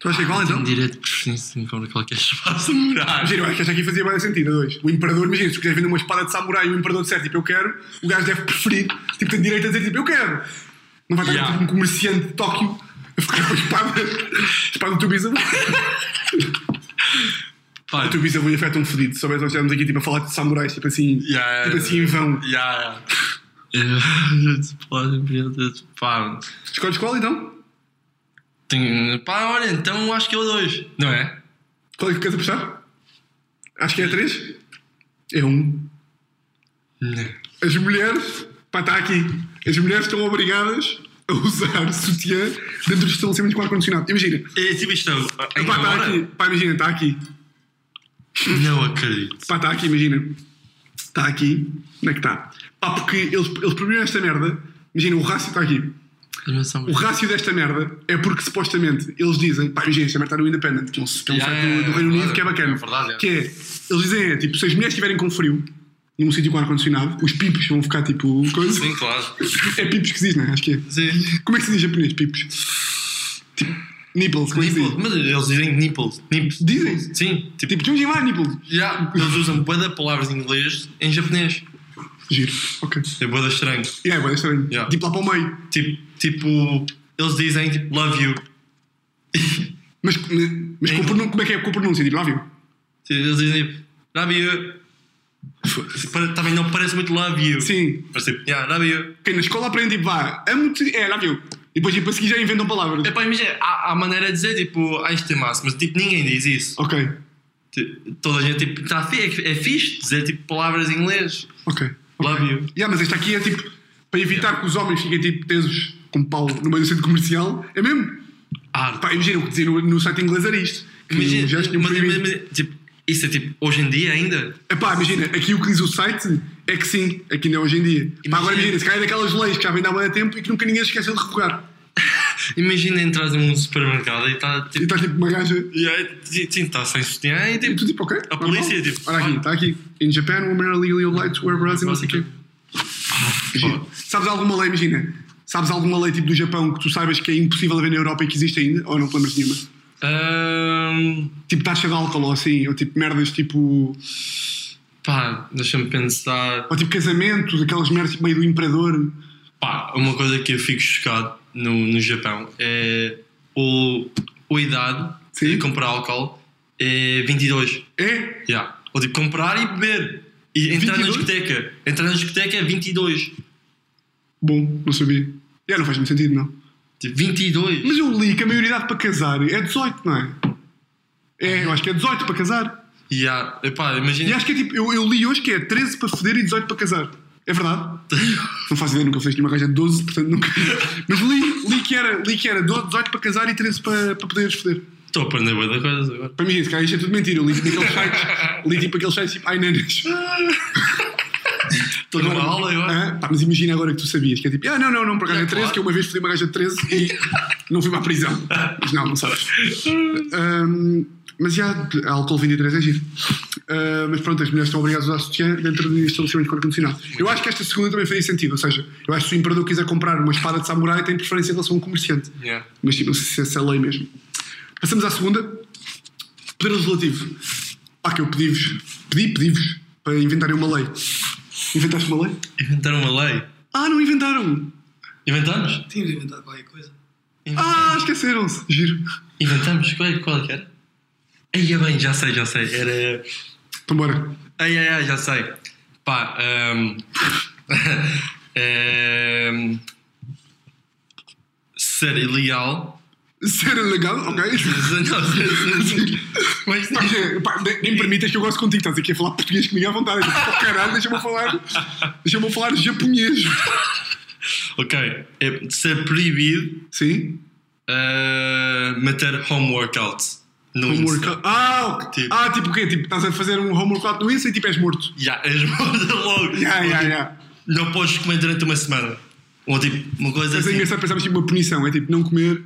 Tu achas igual então?
Tem direito de preferência em qualquer espaço de morar.
Imagina, eu acho que esta aqui fazia bem sentido, a dois. O Imperador, imagina, se tu quiseres vender uma espada de samurai e o Imperador disser, tipo, eu quero, o gajo deve preferir, tipo, tem direito a dizer, tipo, eu quero. Não vai estar
Yeah.
tipo, um comerciante de Tóquio a ficar com a espada, a espada do teu bisavô.
Pá,
O teu bisavô ia afeta um fedido. Se soubesse, nós estivemos aqui tipo, a falar de samurais, tipo assim,
Yeah.
tipo assim em vão.
Já, É, já. Pá,
Escolhes qual então?
tem- pá, olha, então acho que é o 2, não é?
Qual é que queres apostar? Acho que é a 3? É um.
Não.
As mulheres. Pá, está aqui. As mulheres estão obrigadas a usar sutiã dentro dos estabelecimentos com ar-condicionado. Imagina.
É tipo isto, em
Pá, está
hora?
aqui. Pá, imagina, está aqui.
Não acredito.
Pá, está aqui, imagina. Está aqui. Onde é que está? Pá, porque eles, eles proibiram esta merda. Imagina, o rácio está aqui.
Dimensão.
O rácio desta merda é porque supostamente eles dizem, pá, imagina, esta merda está no Independent, que é um que é um
Yeah,
site do, do
yeah, yeah,
Reino
claro,
Unido que é bacana.
é verdade, é.
Que é, eles dizem, é, tipo, se as mulheres estiverem com frio num sítio com ar-condicionado, os pipos vão ficar tipo coisa.
Sim, claro.
É pipos que se diz, não é? Acho que é.
Sim.
Como é que se diz em japonês? Pipos. Tipo, nipples, como é que se diz?
Nipple, mas eles dizem nipples. Nipples.
Dizem?
Sim, tipo,
Tipo, junjin lá, nipples.
já, eles usam bué de palavras em inglês em japonês.
Giro, ok.
É bué de estranho.
E yeah, é, é estranho.
Yeah.
Tipo, lá para o meio.
Tipo, tipo, eles dizem tipo, love you.
Mas, mas, mas
Em-
com pronun- como é que é com pronúncia? Tipo, lá viu?
Eles dizem tipo, love you. Para- Também não parece muito love you.
Sim.
Mas tipo, yeah, love you.
Quem na escola aprende, tipo, vá, amo-te, é, lá viu? E depois, tipo, a seguir já inventam palavras.
Epá, imagina, há, há maneira de dizer tipo, ah, isto é massa, mas tipo, ninguém diz isso.
Ok,
Tipo, Toda a gente tipo, tá, fi- é, é fixe dizer tipo palavras em inglês.
ok.
Love you.
Yeah, mas este aqui é tipo para evitar que os homens fiquem tipo tesos com pau no meio do centro comercial. É mesmo?
Ah,
Pá, imagina o que dizia no, no site inglês era isto. Que um
imagina,
os gajos tinham
mas,
proibido.
mas- mas, tipo, isso é tipo, hoje em dia ainda?
Epá, imagina, aqui o que diz o site é que sim, é que ainda hoje em dia. Mas agora
Imagina.
imagina, se calhar é daquelas leis que já vem de há muito tempo e que nunca ninguém se esqueceu de revogar.
Imagina entras num supermercado e está
E
tipo.
estás tipo uma gaja.
E aí, sim, está sem sutiã e
E
tipo.
tu tipo, ok.
A
normal.
polícia, tipo,
Olha aqui,
olha.
está aqui. In Japan, women are legally obliged to wear bras e não sei o quê.
Pô,
Sabes alguma lei, imagina? Sabes alguma lei tipo do Japão que tu saibas que é impossível haver na Europa e que existe ainda? Ou não te lembras de nenhuma?
ahm,
Tipo taxa de álcool ou assim, ou tipo merdas tipo.
pá, deixa-me pensar.
Ou tipo casamentos, aquelas merdas tipo, meio do imperador.
Pá, uma coisa que eu fico chocado no, no Japão é o, o idade
Sim.
de comprar álcool é 22.
É?
Yeah. Ou de comprar e beber. E
22?
entrar na discoteca. Entrar na discoteca é 22.
Bom, não sabia. Já não faz muito sentido, não.
Tipo, 22.
Mas eu li que a maioridade para casar é 18, não é? É, eu acho que é 18 para casar.
Yeah. Epá,
E
imagina.
acho que é tipo, eu, eu li hoje que é 13 para foder e 18 para casar. É verdade? Não faço ideia, nunca fiz nenhuma gaja de 12, portanto nunca. Mas li, li que era, li que era 12, 18 para casar e 13 para, para poderes foder.
Estou a aprender boa da coisa agora.
Para mim, esse cara, isto é tudo mentira. Eu li tipo aqueles sites, li tipo aqueles sites tipo, ai nanas.
Estou numa aula agora.
Ah, pá, mas imagina agora que tu sabias que é tipo, ah, não, não, não, por acaso
É,
é 13,
claro.
que eu uma vez fui uma gaja de 13 e não fui para a prisão. Mas não, não sabes. Ahm, mas já, álcool 23 é giro. Ah, mas pronto, as mulheres estão obrigadas a usar sutiã dentro de estabelecimentos com ar-condicionado. Eu acho que esta segunda também faria sentido, ou seja, eu acho que se o imperador quiser comprar uma espada de samurai, tem preferência em relação a um comerciante.
Yeah.
Mas tipo, não sei se essa é a lei mesmo. Passamos à segunda. Poder Legislativo. Pá, que eu pedi-vos, pedi, pedi-vos para inventarem uma lei. Inventaste uma lei?
Inventaram uma lei.
Ah, não inventaram!
Inventamos?
Tínhamos inventado qualquer coisa.
Ah, esqueceram-se! Giro.
Inventamos? Qual, é- qual é que era? Aí é bem, já sei, já sei. Era.
Então bora.
Ai, ai, ai, já sei. Pá, ehm, ehm, ser ilegal.
Ser legal, ok?
Não, ser- mas
Pá, que- pá, nem- nem me permitas que eu gosto contigo, estás aqui a falar português comigo à vontade. Tipo, oh, caralho, deixa-me falar. Deixa-me falar japonês.
Ok, é ser proibido
Sim?
eh, meter home workout no
Um
Insta.
workout. Ah, ok.
Tipo-
ah, tipo o quê? Tipo, estás a fazer um home workout no Insta e tipo és morto.
Já, és morto logo.
Ya, ya, ya.
Não podes comer durante uma semana. Ou tipo, uma
Mas
coisa
é
assim.
engraçado pensarmos tipo uma punição, é tipo não comer.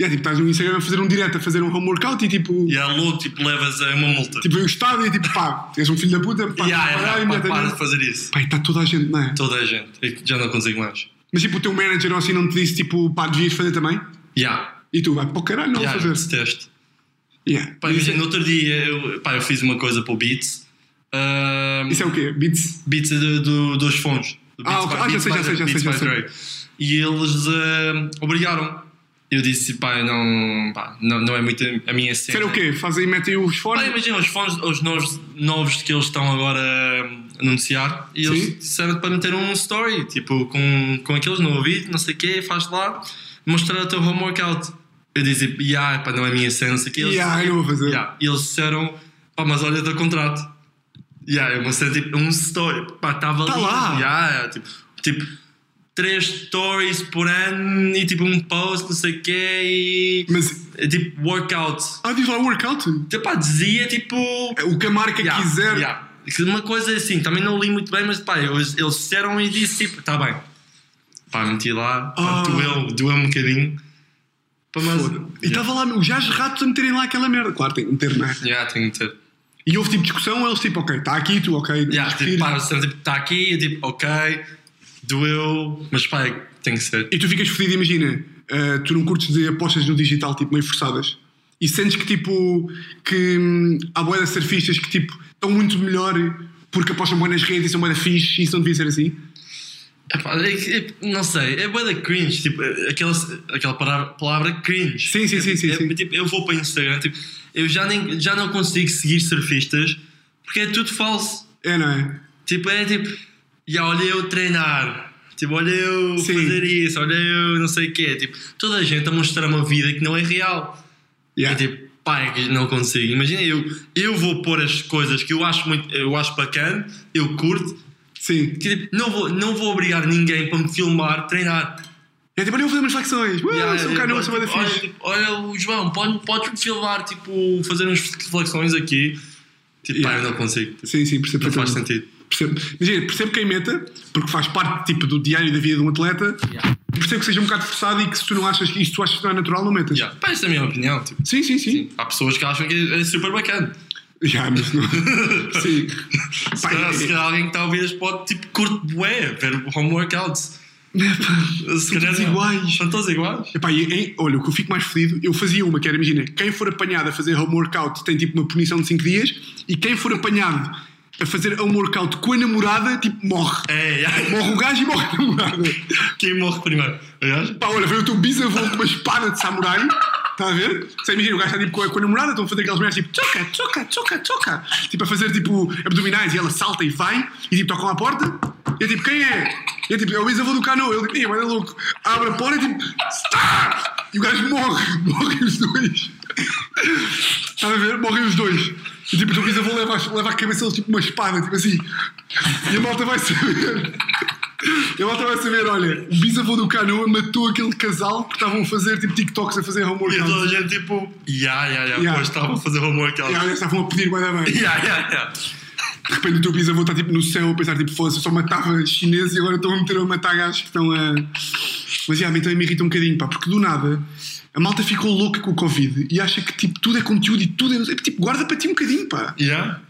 E é tipo, estás no Instagram a fazer um direto, a fazer um home workout e tipo.
E há logo, tipo, levas a uma multa.
Tipo, eu gostava e tipo, pá, és um filho da puta, pá,
Ya,
parar
é, pá, para de
imediatamente.
fazer isso.
Pá, está toda a gente, não é?
Toda a gente. Eu já não consigo mais.
Mas tipo, o teu manager ou assim não te disse tipo, pá, devias fazer também?
Já.
E tu, vai, pô, caralho, não
Yeah,
vou fazer.
esse teste.
Yeah. é-
Pá, imagina, no outro dia eu, pá, eu fiz uma coisa para o Beats. Ahm,
Isso é o quê? Beats?
Beats do, do- dos fones. Do
Ah, ok.
by-
Ah, já sei, já
by-
sei, já
Beats
sei, já
by
sei.
Dre. E eles ahm, obrigaram. Eu disse, pá, eu não, pá, não, não é muito a minha cena.
Será o quê? Fazem, metem os
Pá,
fones?
imagina, os fones, os novos, novos que eles estão agora ahm, a anunciar. E eles
Sim.
disseram para meter um story, tipo, com, com aqueles no ouvido, não sei o quê, faz lá, mostrar o teu home workout. Eu disse, yeah, pá, não é a minha cena, não sei o quê. Eles-
Yeah, eu não vou fazer.
Yeah, E eles disseram, pá, mas olha teu contrato. Yeah, eu mostrei tipo um story, pá, estava
Tá
ali.
lá.
Yeah, yeah, tipo, tipo, três stories por ano e tipo um post, não sei o quê, e
Mas,
é, tipo workout.
ah, diz lá workout?
Tipo, pá, dizia tipo.
É O que a marca
yeah,
quiser.
yeah. Uma coisa assim, também não li muito bem, mas pá, eles, eles disseram e disse tipo, tá bem. Pá, meti lá, pá,
Ah.
doeu, doeu um bocadinho. Pá, mas.
Foda. E estava lá, meu, já os ratos a meterem lá aquela merda. Claro, tem que meter, não é?
yeah, yeah, tenho de ter.
E houve tipo discussão, eles tipo, ok, está aqui, tu, ok, tens
Yeah,
que
tipo,
ir.
pá, você, tipo, tá aqui, eu tipo, ok, doeu, mas pá, tem que ser.
E tu ficas fodido, imagina, ah, tu não curtes de apostas no digital, tipo, meio forçadas. E sentes que, tipo, que hum, há boé de surfistas que, tipo, estão muito melhor porque apostam boé nas redes e são boé fixe e isso não devia ser assim.
Epá, é que- é- não sei, é bué da cringe, tipo, é- aquela, aquela palavra, palavra cringe.
Sim, sim,
É-
sim, sim,
é-
sim.
tipo, eu vou para Instagram, tipo, eu já, nem, já não consigo seguir surfistas porque é tudo falso.
É, não é?
Tipo, é tipo, já olha eu treinar, tipo, olha eu
Sim.
fazer isso, olha eu não sei o quê. Tipo, toda a gente a mostrar uma vida que não é real. É
Yeah.
tipo, pá, é que não consigo. Imagina, eu, eu vou pôr as coisas que eu acho muito, eu acho bacana, eu curto,
Sim.
que tipo, não vou, não vou obrigar ninguém para me filmar, treinar.
É tipo, olha, eu vou fazer umas flexões. Ué,
Yeah,
sou um cara,
eu-
eu sou bué da
olha,
fixe.
tipo, olha, o João, pode- podes-me filmar, tipo, fazer umas flexões aqui. Tipo,
Yeah.
pá, eu não consigo. Tipo,
Sim, sim, percebo
não faz
perfeitamente.
sentido.
Percebo, imagina, percebo quem é meta, porque faz parte tipo, do diário da vida de um atleta.
Yeah.
Percebo que seja um bocado forçado e que se tu não achas que isto tu achas que não é natural, não metas.
Yeah. Pá, esta é a minha opinião. Tipo,
Sim, sim, sim.
há pessoas que acham que é super bacana.
Já, mas não. sim.
Se
Pá,
calhar,
é-
se calhar alguém que está a ouvir este pod, tipo, curte bué, ver home workouts. Se calhar
É, todos
não.
iguais.
São todos iguais.
Epá, e, e, olha, o que eu fico mais fodido, eu fazia uma que era, imagina, quem for apanhado a fazer home workout tem tipo uma punição de 5 dias e quem for apanhado a fazer home workout com a namorada, tipo, morre.
É, é.
Morre o gajo e morre a namorada.
Quem morre primeiro? Aliás,
Pá, olha, veio o teu um bisavô com uma espada de samurai, está a ver? Você imagina, o gajo está tipo com a, com a namorada, estão a fazer aquelas merdas tipo, toca, toca, toca, toca. Tipo, a fazer tipo abdominais e ela salta e vai e tipo, tocam à porta e é tipo, quem é? E é tipo, é o bisavô do Cano. Ele tipo, "Ih, mas é louco. Abre a porta e tipo, está! E o gajo morre, morrem os dois. Estás a ver? Morrem os dois. E tipo, o teu bisavô leva, as- leva a cabeça deles tipo uma espada, tipo assim. E a malta vai saber. E a malta vai saber, olha, o bisavô do Canoa matou aquele casal que estavam a fazer tipo TikToks a fazer homework.
e toda
E
a gente tipo, ya, ya,
Yeah.
ya, pois estavam a fazer home workouts.
olha, estavam a pedir guarda bem.
Ya, ya, ya.
De repente o teu bisavô está tipo no céu a pensar tipo, foda-se, eu só matava chineses e agora estão a meter a matar gajos que estão a. Mas yeah, então me irrita um bocadinho, pá, porque do nada a malta ficou louca com o Covid e acha que tipo tudo é conteúdo e tudo é. Tipo, guarda para ti um bocadinho, pá.
Ya?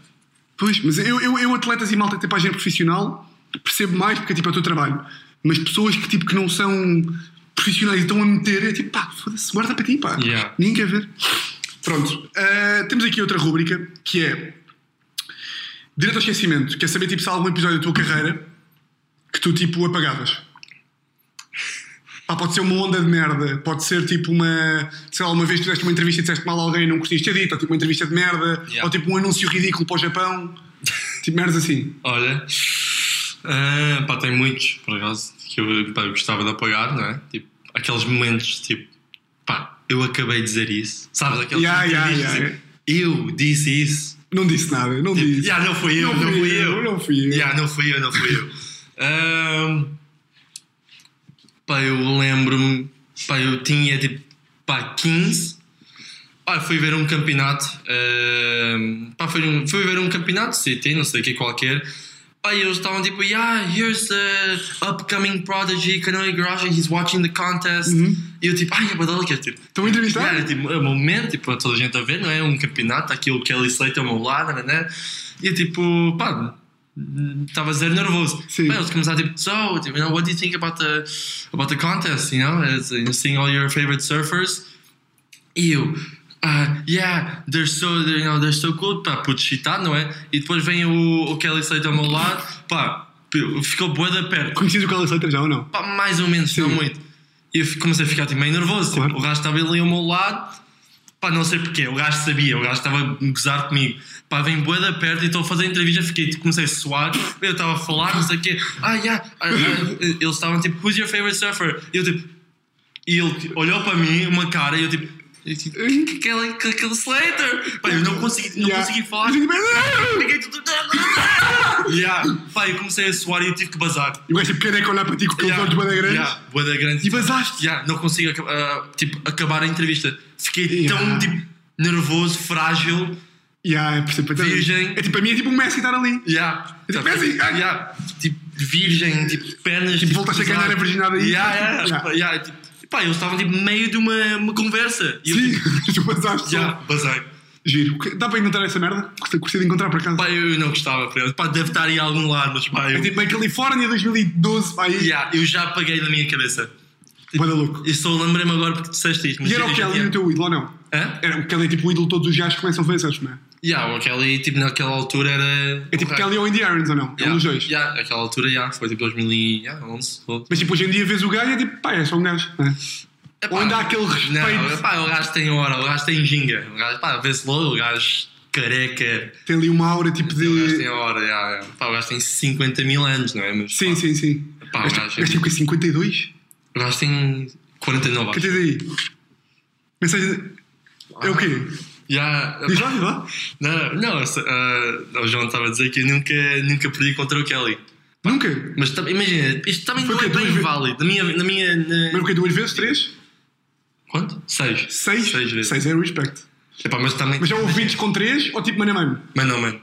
Pois, mas eu, eu, eu atletas e malta tipo agente profissional percebo mais porque tipo é o teu trabalho. Mas pessoas que tipo que não são profissionais e estão a meter, é tipo pá, foda-se, guarda para ti, pá.
Yeah.
Ninguém quer ver. Pronto, ah, temos aqui outra rúbrica que é Direito ao esquecimento, que é saber tipo se há algum episódio da tua carreira que tu tipo apagavas. Pá, pode ser uma onda de merda, pode ser tipo uma. Sei lá, uma vez tiveste uma entrevista e disseste mal a alguém e não curtiste ter dito, ou tipo uma entrevista de merda,
Yeah.
ou tipo um anúncio ridículo para o Japão, tipo merdas assim.
Olha. Ah, pá, tem muitos, por acaso, que eu pá, eu gostava de apagar, não é? Tipo, aqueles momentos, tipo, pá, eu acabei de dizer isso. Sabes, aqueles
Ya, ya,
entrevistas,
ya.
tipo, eu disse isso.
Não disse nada, não disse.
Ya, Tipo, não fui
Não
eu, não,
fui
fui
eu,
eu.
não fui eu.
Ya, não fui eu, não fui eu. Ahm, pá, eu lembro-me, pá, eu tinha tipo, pá, 15. Pá, fui ver um campeonato, ahm, pá, fui, um- fui ver um campeonato CT, não sei o que qualquer. Pá, e eles estavam tipo, yeah, here's the upcoming prodigy, Kanoe Garage, he's watching the contest. E eu tipo, ai, é badalca, tipo.
Uhum. Estão a entrevistar?
Yeah, tipo, é um momento, tipo, toda a gente a ver, não é? Um campeonato, aquilo que ele Slater ao meu lado, né, né? E eu, tipo, pá, estava zero nervoso.
Sim.
Pá, eles começaram tipo, so, tipo, you know, what do you think about the, about the contest, you know? As, you know, seeing all your favorite surfers. E eu, ah, yeah, they're so, they're, you know, they're so cool, pá, puto chitado, não é? E depois vem o, o Kelly Slater ao meu lado, pá, ficou boa da perto.
Conhecias o Carlos Letra já ou não?
Pá, mais ou menos, não
Sim.
muito. E eu fi- comecei a ficar tipo, meio nervoso.
Claro.
Tipo, o gajo estava ali ao meu lado, pá, não sei porquê. O gajo sabia, o gajo estava a gozar comigo. Pá, vem boa da perto e estou a fazer a entrevista. Fiquei, tipo, comecei a suar. Eu estava a falar, não sei o quê. Ah, yeah. Ah, ah, eles estavam tipo, who's your favorite surfer? E eu tipo, e ele tipo, olhou para mim, uma cara, e eu tipo, eu, tipo, aquele, aquele Slater. Pá, eu não consegui, não
Yeah. Tipo, "Ah!"
consegui falar. Fiquei tudo. yeah. Pá, eu comecei a suar e eu tive que bazar.
E o gajo tipo, quem é que olhar para ti com aqueles olhos bué da grandes?
Yeah, bué da grande. Tipo,
E vazaste.
Yeah, não consigo aca- ah, tipo, acabar a entrevista. Fiquei
Yeah.
tão tipo, nervoso, frágil.
Yeah, é, percebo, perfeitamente.
Virgem.
É tipo, a minha é tipo um Messi estar ali.
Yeah.
Tipo, é assim, ai.
Yeah, tipo, virgem, tipo, pernas. Tipo,
voltaste a
cruzado.
ganhar a virginidade aí.
Yeah, yeah,
Yeah.
yeah, tipo, pá, eles estavam tipo, no meio de uma, uma conversa. E eu,
Sim,
tipo,
tu vazaste. só.
yeah, basei.
Giro. Dá para encontrar essa merda? Gostei- Gostei de encontrar para casa.
Pá, eu não gostava, por exemplo. Pá, deve estar em algum lado, mas pá,
É
eu,
tipo, em Califórnia 2012, pá, aí.
yeah, eu já apaguei da minha cabeça.
Bué da louco.
E só lembrei-me agora porque tu disseste isto. mas
E era
eu
o
já
Kelly
tinha-
o teu ídolo, ou não?
Hã?
Era o Kelly, tipo, o ídolo de todos os gajos que começam a fazer surf, não é?
Yeah, o Kelly, tipo, naquela altura era.
É tipo
Ok.
Kelly ou Andy Irons, ou não? É um dos dois.
Yeah, naquela altura, yeah, foi tipo 2011. ou-
Mas tipo, hoje em dia vês o gajo e é tipo, pá, é só um gajo. Né?
Epá,
Ou ainda há aquele respeito.
Não, pá, o gajo tem hora, o gajo tem ginga. O gajo, pá, vê-se logo, o gajo careca.
Tem ali uma aura tipo
O gajo tem
de.
hora, yeah, yeah. Pá, o gajo tem 50 mil anos, não é? Mas,
Sim,
pá,
sim, sim.
Pá, o
Este-
um gajo-
Este tipo que é 52?
O gajo tem 49
Que
anos.
tens aí? Mensagem. de- É o quê?
Yeah,
Diz
pá,
lá, diz lá.
não, não, se- ah, o João estava a dizer que eu nunca, nunca perdi contra o Kelly.
Nunca.
Mas tam- imagina, isto também
Foi
não
o
é
quê,
bem
duas ve-
válido. Na minha. Na minha na-
Mas o quê? Duas vezes? Três?
Quanto? 6.
Seis?
Seis vezes.
Seis é o respect.
Epá, mas também.
Mas já houve 20 com três ou tipo mano a mano?
Mas não, mano.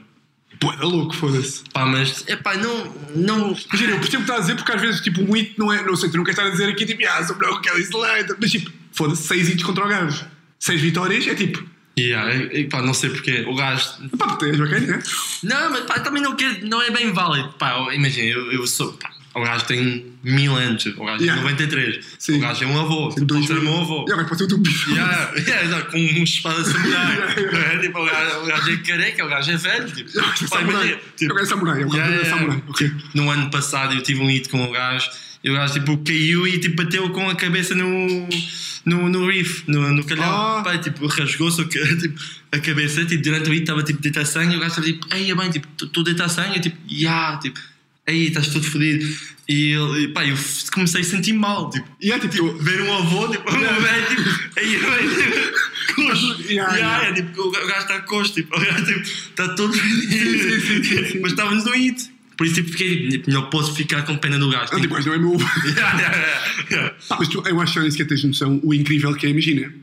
Pô, é louco, foda-se.
Pá, mas, é pá, não, não.
Imagina, eu percebo o que estás a dizer porque às vezes, tipo, um hit não é. Não sei, tu não queres estar a dizer aqui, tipo, ah, sou melhor que o Kelly Slater. Mas, tipo, foda-se, 6 hits contra o gajo. 6 vitórias é tipo.
Yeah, é- é, pá, não sei porque o gajo.
Pá, tu tens bacana, né?
Não, mas pá, também não, quer, não é bem válido. Pá, eu- imagina, eu, eu sou. Pá, o gajo tem mil anos, o gajo
Yeah.
tem 93.
Sim.
O gajo é um avô, pode ser meu avô.
Já vai para o teu bicho.
Yeah, yeah, exato, com um espada samurai.
Yeah, yeah.
não é? tipo, o, gajo, o gajo é careca, o gajo é velho. Tipo, pá, imagina,
Samurai.
tipo,
Eu quero samurai, eu
Yeah,
quero
yeah.
samurai. Ok.
no ano passado eu tive um hit com o gajo e o gajo tipo caiu e tipo bateu com a cabeça no no, no reef, no, no calhau
Ah.
Pá, e, tipo rasgou-se o ca- tipo, a cabeça tipo, durante o hit estava tipo deitar sangue e o gajo estava tipo, ei é bem, tipo, estou deitar sangue e tipo, ya, tipo, ei estás todo fodido e, ele- e pá, eu f- comecei a sentir mal, tipo
E é tipo.
ver um avô, tipo, um velho, tipo, aí, aí, tipo, coxo.
Yeah,
Yeah,
yeah.
é, tipo, o gajo está coxo, tipo, o gajo tipo, está todo feliz. Mas estávamos no hit. Por isso, tipo, fiquei, tipo, não posso ficar com pena do gajo.
Ah, tipo,
Tipo,
mas não é meu.
yeah, yeah, yeah, yeah.
Pá, mas tu, eu acho que já nem sequer tens noção o incrível que é, imagina.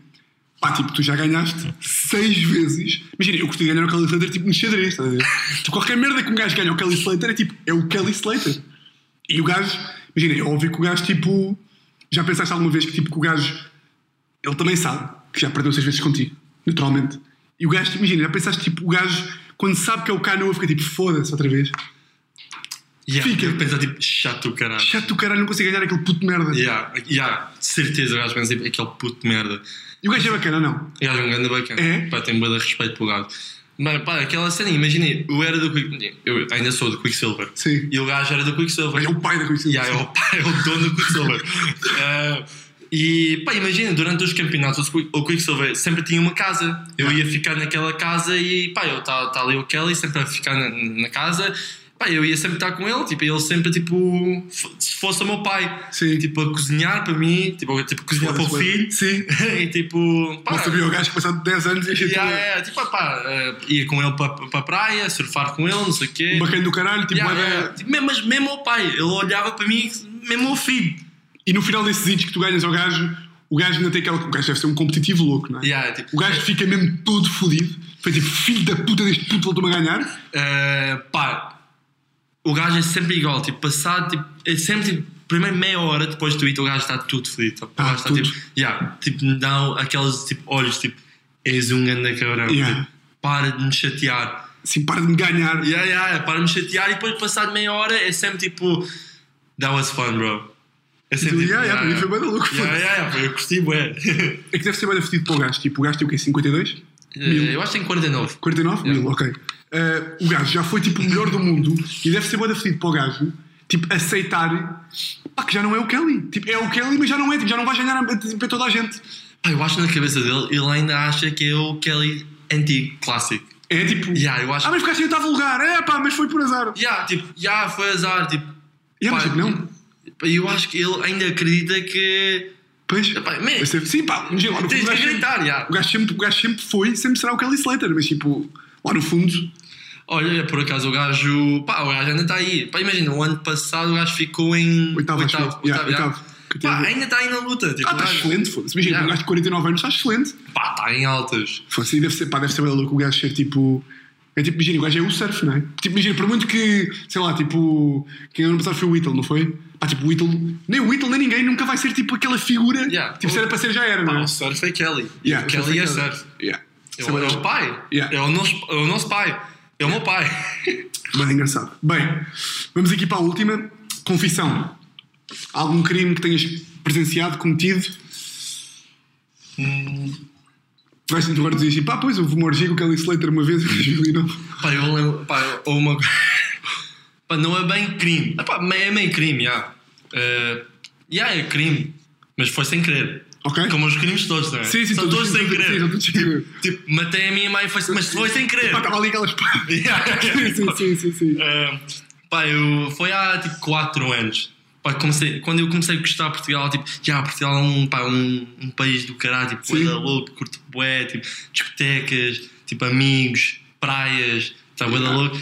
Pá, tipo, tu já ganhaste seis vezes. Imagina, eu curti ganhar o Kelly Slater tipo no xadrez, estás a ver? Tu, qualquer merda que um gajo ganha o Kelly Slater é tipo, é o Kelly Slater. E o gajo, imagina, é óbvio que o gajo tipo. Já pensaste alguma vez que tipo que o gajo. Ele também sabe que já perdeu seis vezes contigo, naturalmente. E o gajo, imagina, já pensaste tipo, o gajo, quando sabe que é o Canoa, fica tipo, foda-se outra vez.
Yeah,
Fica.
eu pensava, tipo, chato do caralho.
Chato do caralho, não consigo ganhar aquele puto de merda.
Yeah, yeah, de certeza, o gajo pensa, tipo, aquele puto de merda.
E o gajo é bacana, não?
O gajo é um grande bacana.
É?
Pá, tenho bem respeito pelo gajo. Mas, pá, aquela cena, imaginei, eu era do Quicksilver. Eu ainda sou do Quicksilver.
Sim.
E o gajo era do Quicksilver.
Mas é o pai da coincidência.
Yeah, é, o, pai- é o dono do Quicksilver. Ah, e pá, imagina, durante os campeonatos, o Quick- o Quicksilver sempre tinha uma casa. Eu ia ficar naquela casa e pá, eu estava tá ali o Kelly sempre a ficar na, na casa. Pá, eu ia sempre estar com ele, tipo, ele sempre, tipo, fo- se fosse o meu pai.
Sim.
Tipo, a cozinhar para mim, tipo, tipo a cozinhar para o
Foda-se,
filho.
assim, Sim.
e tipo, pá,
Não sabia o gajo que passado 10 anos e
yeah,
yeah,
yeah, tipo, pá, eh, ia com ele para para a praia, surfar com ele, não sei o quê.
um bacana do caralho. Tipo,
Yeah,
bué da-
yeah. Tipo, mesmo- Mas mesmo o pai, ele olhava para mim, mesmo o filho.
E no final desses hits que tu ganhas ao gajo, o gajo ainda tem aquela. O gajo deve ser um competitivo louco, não é?
Yeah, tipo,
O gajo fica mesmo todo fodido. Foi tipo, filho da puta deste puto, voltou-me a ganhar.
eh, pá, o gajo é sempre igual, tipo, passado, tipo, é sempre, tipo, primeiro meia hora depois do hit, o gajo está tudo fodido. tipo,
Ah,
o gajo está,
tudo.
tipo, yeah, tipo, me dá aqueles, tipo, olhos, tipo, és um grande cabrão,
Yeah.
tipo, para de me chatear.
Assim, para de me ganhar.
Yeah, yeah, é, para de me chatear e depois, passado meia hora, é sempre, tipo, that was fun, bro. É sempre,
Yeah, yeah, para mim foi bué da louco,
Yeah, yeah, yeah, eu curti, bué.
É que deve ser bem fodido para o gajo. Tipo, o gajo tem o quê? 52?
Eh, eu acho que tem 49.
49 mil, ok. Eh, o gajo já foi tipo o melhor do mundo e deve ser bem fedido para o gajo tipo, aceitar pá, que já não é o Kelly. Tipo, é o Kelly, mas já não é, tipo, já não vai ganhar a- tipo, a toda a gente.
Pá, eu acho na cabeça dele, ele ainda acha que é o Kelly antigo, clássico.
É tipo,
Yeah, eu acho.
ah, mas ficaste em oitavo lugar, é pá, mas foi por azar.
Yeah, tipo, yeah, foi azar, tipo.
Yeah, mas tipo, não.
pá, Eu acho que ele ainda acredita que.
Pois,
Epá, man,
Ah, Mas teve- sim, pá, imagina, lá no fundo, o
tens de
gajo sempre-
acreditar, yeah.
o gajo sempre- o gajo sempre foi, sempre será o Kelly Slater, mas tipo, lá no fundo,
Olha, por acaso o gajo. Pá, o gajo ainda está aí. Pá, imagina, o ano passado o gajo ficou em.
Oitavo, acho eu. Yeah, oitavo. Que tem a
Pá,
ver.
ainda está aí na luta. Tipo,
ah,
o
está
gajo-
excelente, foda-se. Imagina,
Yeah.
um gajo de 49 anos está excelente.
Pá, está em altas.
Fosse, deve ser, pá, deve ser bem louco o gajo ser tipo. É tipo, imagina, o gajo é o surf, não é? Tipo, imagina, por muito que, sei lá, tipo. Quem ano passado foi o Whittle, não foi? Pá, tipo, o Whittle. Nem o Whittle, nem ninguém nunca vai ser tipo aquela figura.
Yeah.
Tipo, se era para ser, já era,
Pá,
não é?
o surf é Kelly. E
Yeah,
o Kelly é
surf é
surf.
Yeah.
É
Isso
o,
é
é
bem
o pai.
Yeah.
É, o nosso, é o nosso pai. É o meu pai.
Mas é engraçado. Bem, vamos aqui para a última. Confissão. Algum crime que tenhas presenciado, cometido?
Hum.
Vais-te agora dizer assim, pá, pois, houve uma orgia com o Kelly Slater uma vez em 2009.
Pá, eu lembro. Pá, eu- ou uma. pá, não é bem crime. Ah, pá, me- é meio crime, já. Eh, Já é crime. Mas foi sem querer.
Ok?
Como os crimes todos, não é?
Sim, sim,
São todos, sem querer.
Sim, são todos sem querer. Tipo,
Tipo, matei a minha mãe, foi, mas foi sem querer.
Pá, estava ali aquelas pá.
Yeah.
Sim, sim, sim, sim, sim.
Eh, pá, eu. Foi há tipo 4 anos. Pá, comecei, quando eu comecei a gostar de Portugal, tipo, já Portugal é um, pá, um, um país do caralho, tipo,
Sim.
bué da louco, curto bué, tipo, discotecas, tipo, amigos, praias, tá, bué da louco.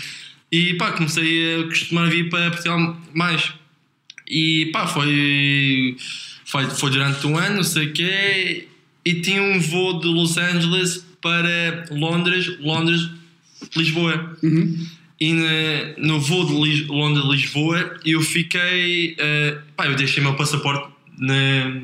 E pá, comecei a costumar vir para Portugal mais. E pá, foi, foi, foi durante um ano, não sei o quê, e tinha um voo de Los Angeles para Londres, Londres, Lisboa.
Uhum.
E na- no voo de Lis- Londres-Lisboa eu fiquei. eh, pá, eu deixei meu passaporte na-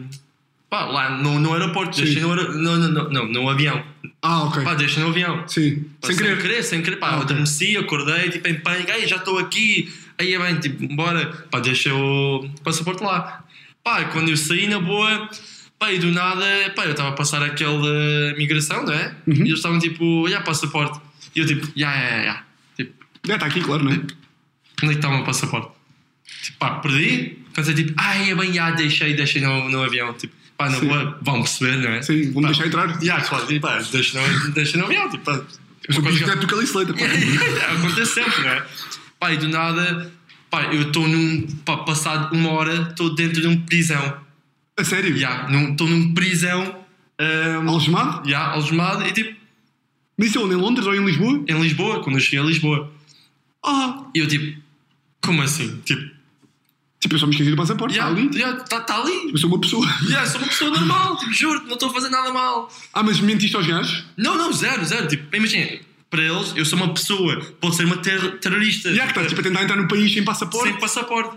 pá, lá no, no aeroporto,
Sim.
deixei no, aer- no, no, no, não, no avião.
Ah, ok.
Pá, deixei no avião.
Sim.
Pá,
Sem querer.
sem querer, pá,
Ah,
eu
ok.
adormeci, acordei, tipo, em pânico, ei, já estou aqui, aí é bem, tipo, bora, pá, deixa o passaporte lá. Pá, quando eu saí na boa, pá, e do nada, pá, eu estava a passar aquele da migração, não é?
Uhum.
E eles estavam tipo, já, passaporte. E eu tipo, já, já, já. Tipo,
É, está aqui, claro, não é?
onde é que está o meu passaporte? Tipo, pá, perdi, pensei tipo, ai, é bem, já, deixei, deixei no, no avião, tipo, pá, na
Sim.
boa, vão perceber, não é?
Sim, vou-me
Pá,
deixar entrar.
Já, claro, e pá, deixa no, deixa no avião, tipo, pá.
Eu sou
uma coisa que-
arquiteto do Cali Slater, pá.
Acontece sempre, não é? Pá, e do nada, pá, eu estou num. Pá, passado uma hora, estou dentro de um prisão.
A sério?
Já, num- estou num prisão. ahm,
Algemado?
já, algemado, e tipo,
Mas isso é onde? Em Londres ou em Lisboa?
em Lisboa, quando eu cheguei a Lisboa.
Ah!
E eu tipo, como assim? Tipo,
Tipo, eu só me esqueci do passaporte,
já,
está ali.
já, tá, tá ali.
Eu sou uma pessoa.
Já, sou uma pessoa normal, tipo, juro, não estou a fazer nada mal.
Ah, mas mentiste aos gajos?
Não, não, zero, zero. Tipo, imagina, para eles, eu sou uma pessoa, pode ser uma ter- terrorista.
Já que estás tipo, a tentar entrar no país sem passaporte.
É. sem passaporte.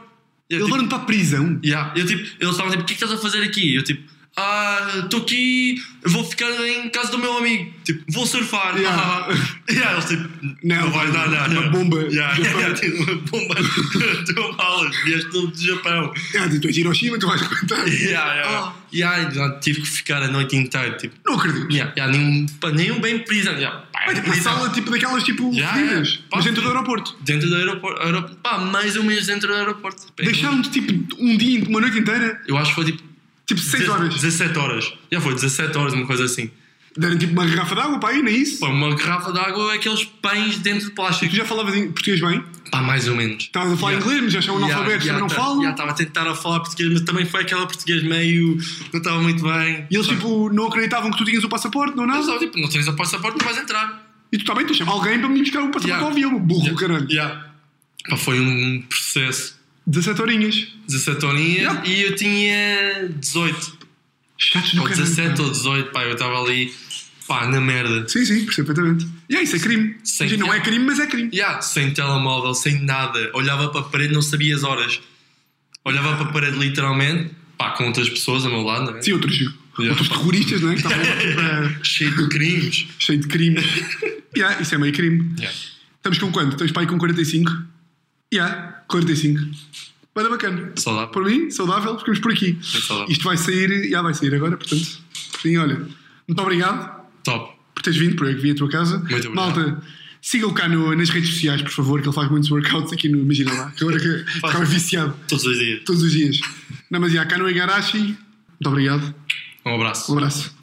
E eu,
Eles
tipo,
levaram-te para a tá prisão.
Yeah. Eu, tipo, eles estavam tipo, o que é que estás a fazer aqui? Eu tipo, ah, estou aqui, vou ficar em casa do meu amigo, tipo, vou surfar.
Yeah.
Yeah, eles tipo,
Não,
não, vai dar nada.
uma bomba
Yeah,
do
yeah,
Japão.
tipo, uma bomba do malas, vieste todo do Japão.
Ah, tu és de Hiroshima, tu vais contar.
Yeah, yeah.
Ah.
Yeah, então, tive que ficar a noite inteira, tipo,
Não acredito.
yeah, yeah, nenhum, pá, nenhum bem prisão. Yeah, pá,
É tipo uma
prisão.
sala tipo, daquelas tipo
Já,
fedidas,
é.
mas dentro do
Pá,
aeroporto.
Dentro do aeroporto, aeroporto, pá, mais ou menos dentro do aeroporto.
Deixaram-te tipo um dia, uma noite inteira,
Eu acho que foi tipo
tipo 6 horas.
17 horas. Já foi 17 horas, uma coisa assim.
Deram tipo uma garrafa de água para aí, não é isso?
Pá, uma garrafa de água é aqueles pães dentro de
Tu
plástico.
já falavas em português bem?
Pá, mais ou menos.
Estavas a falar
Yeah. tá,
inglês, mas já são analfabetos, também não falam.
Já estava a tentar a falar português, mas também foi aquela português meio. não estava muito bem.
E eles tipo não acreditavam que tu tinhas o passaporte, não
Mas,
nada.
ó, tipo, não tens o passaporte, não vais entrar.
E tu também, tu chama alguém para me buscar o passaporte
Yeah.
ao avião, burro do
Yeah.
caralho.
Yeah. Pá, foi um processo.
17 horinhas.
17 horinhas
Yeah.
e eu tinha 18.
Chatos do
Ou
caralho.
17 ou 18, pá, eu estava ali, pá, na merda.
Sim, sim, percebo perfeitamente. E é isso, é crime.
Sim.
Imagina, não é crime, mas é crime.
Yeah, sem telemóvel, sem nada. Olhava para a parede, não sabia as horas. Olhava para a parede literalmente, pá, com outras pessoas ao meu lado, não é?
Sim, outros,
Yeah.
outros terroristas, não é? Que estavam lá, tipo, eh,
Cheio de crimes.
cheio de crimes. yeah, isso é meio crime.
Yeah.
Estamos com quanto? Estamos para aí com 45? Yeah, 45. Mas é bacana.
Saudável.
Por mim, saudável, ficamos por aqui.
saudável.
Isto vai sair, já vai sair agora, portanto. Por fim, olha, muito obrigado
Top.
por teres vindo, por eu que vim à tua casa.
Muito obrigado.
Malta, siga o cá no- nas redes sociais, por favor, que ele faz muitos workouts aqui no Imagina lá. que Agora que ficava viciado
Todos os dias.
todos os dias. Não, mas já, cá no Igarashi, muito obrigado.
Um abraço.
Um abraço.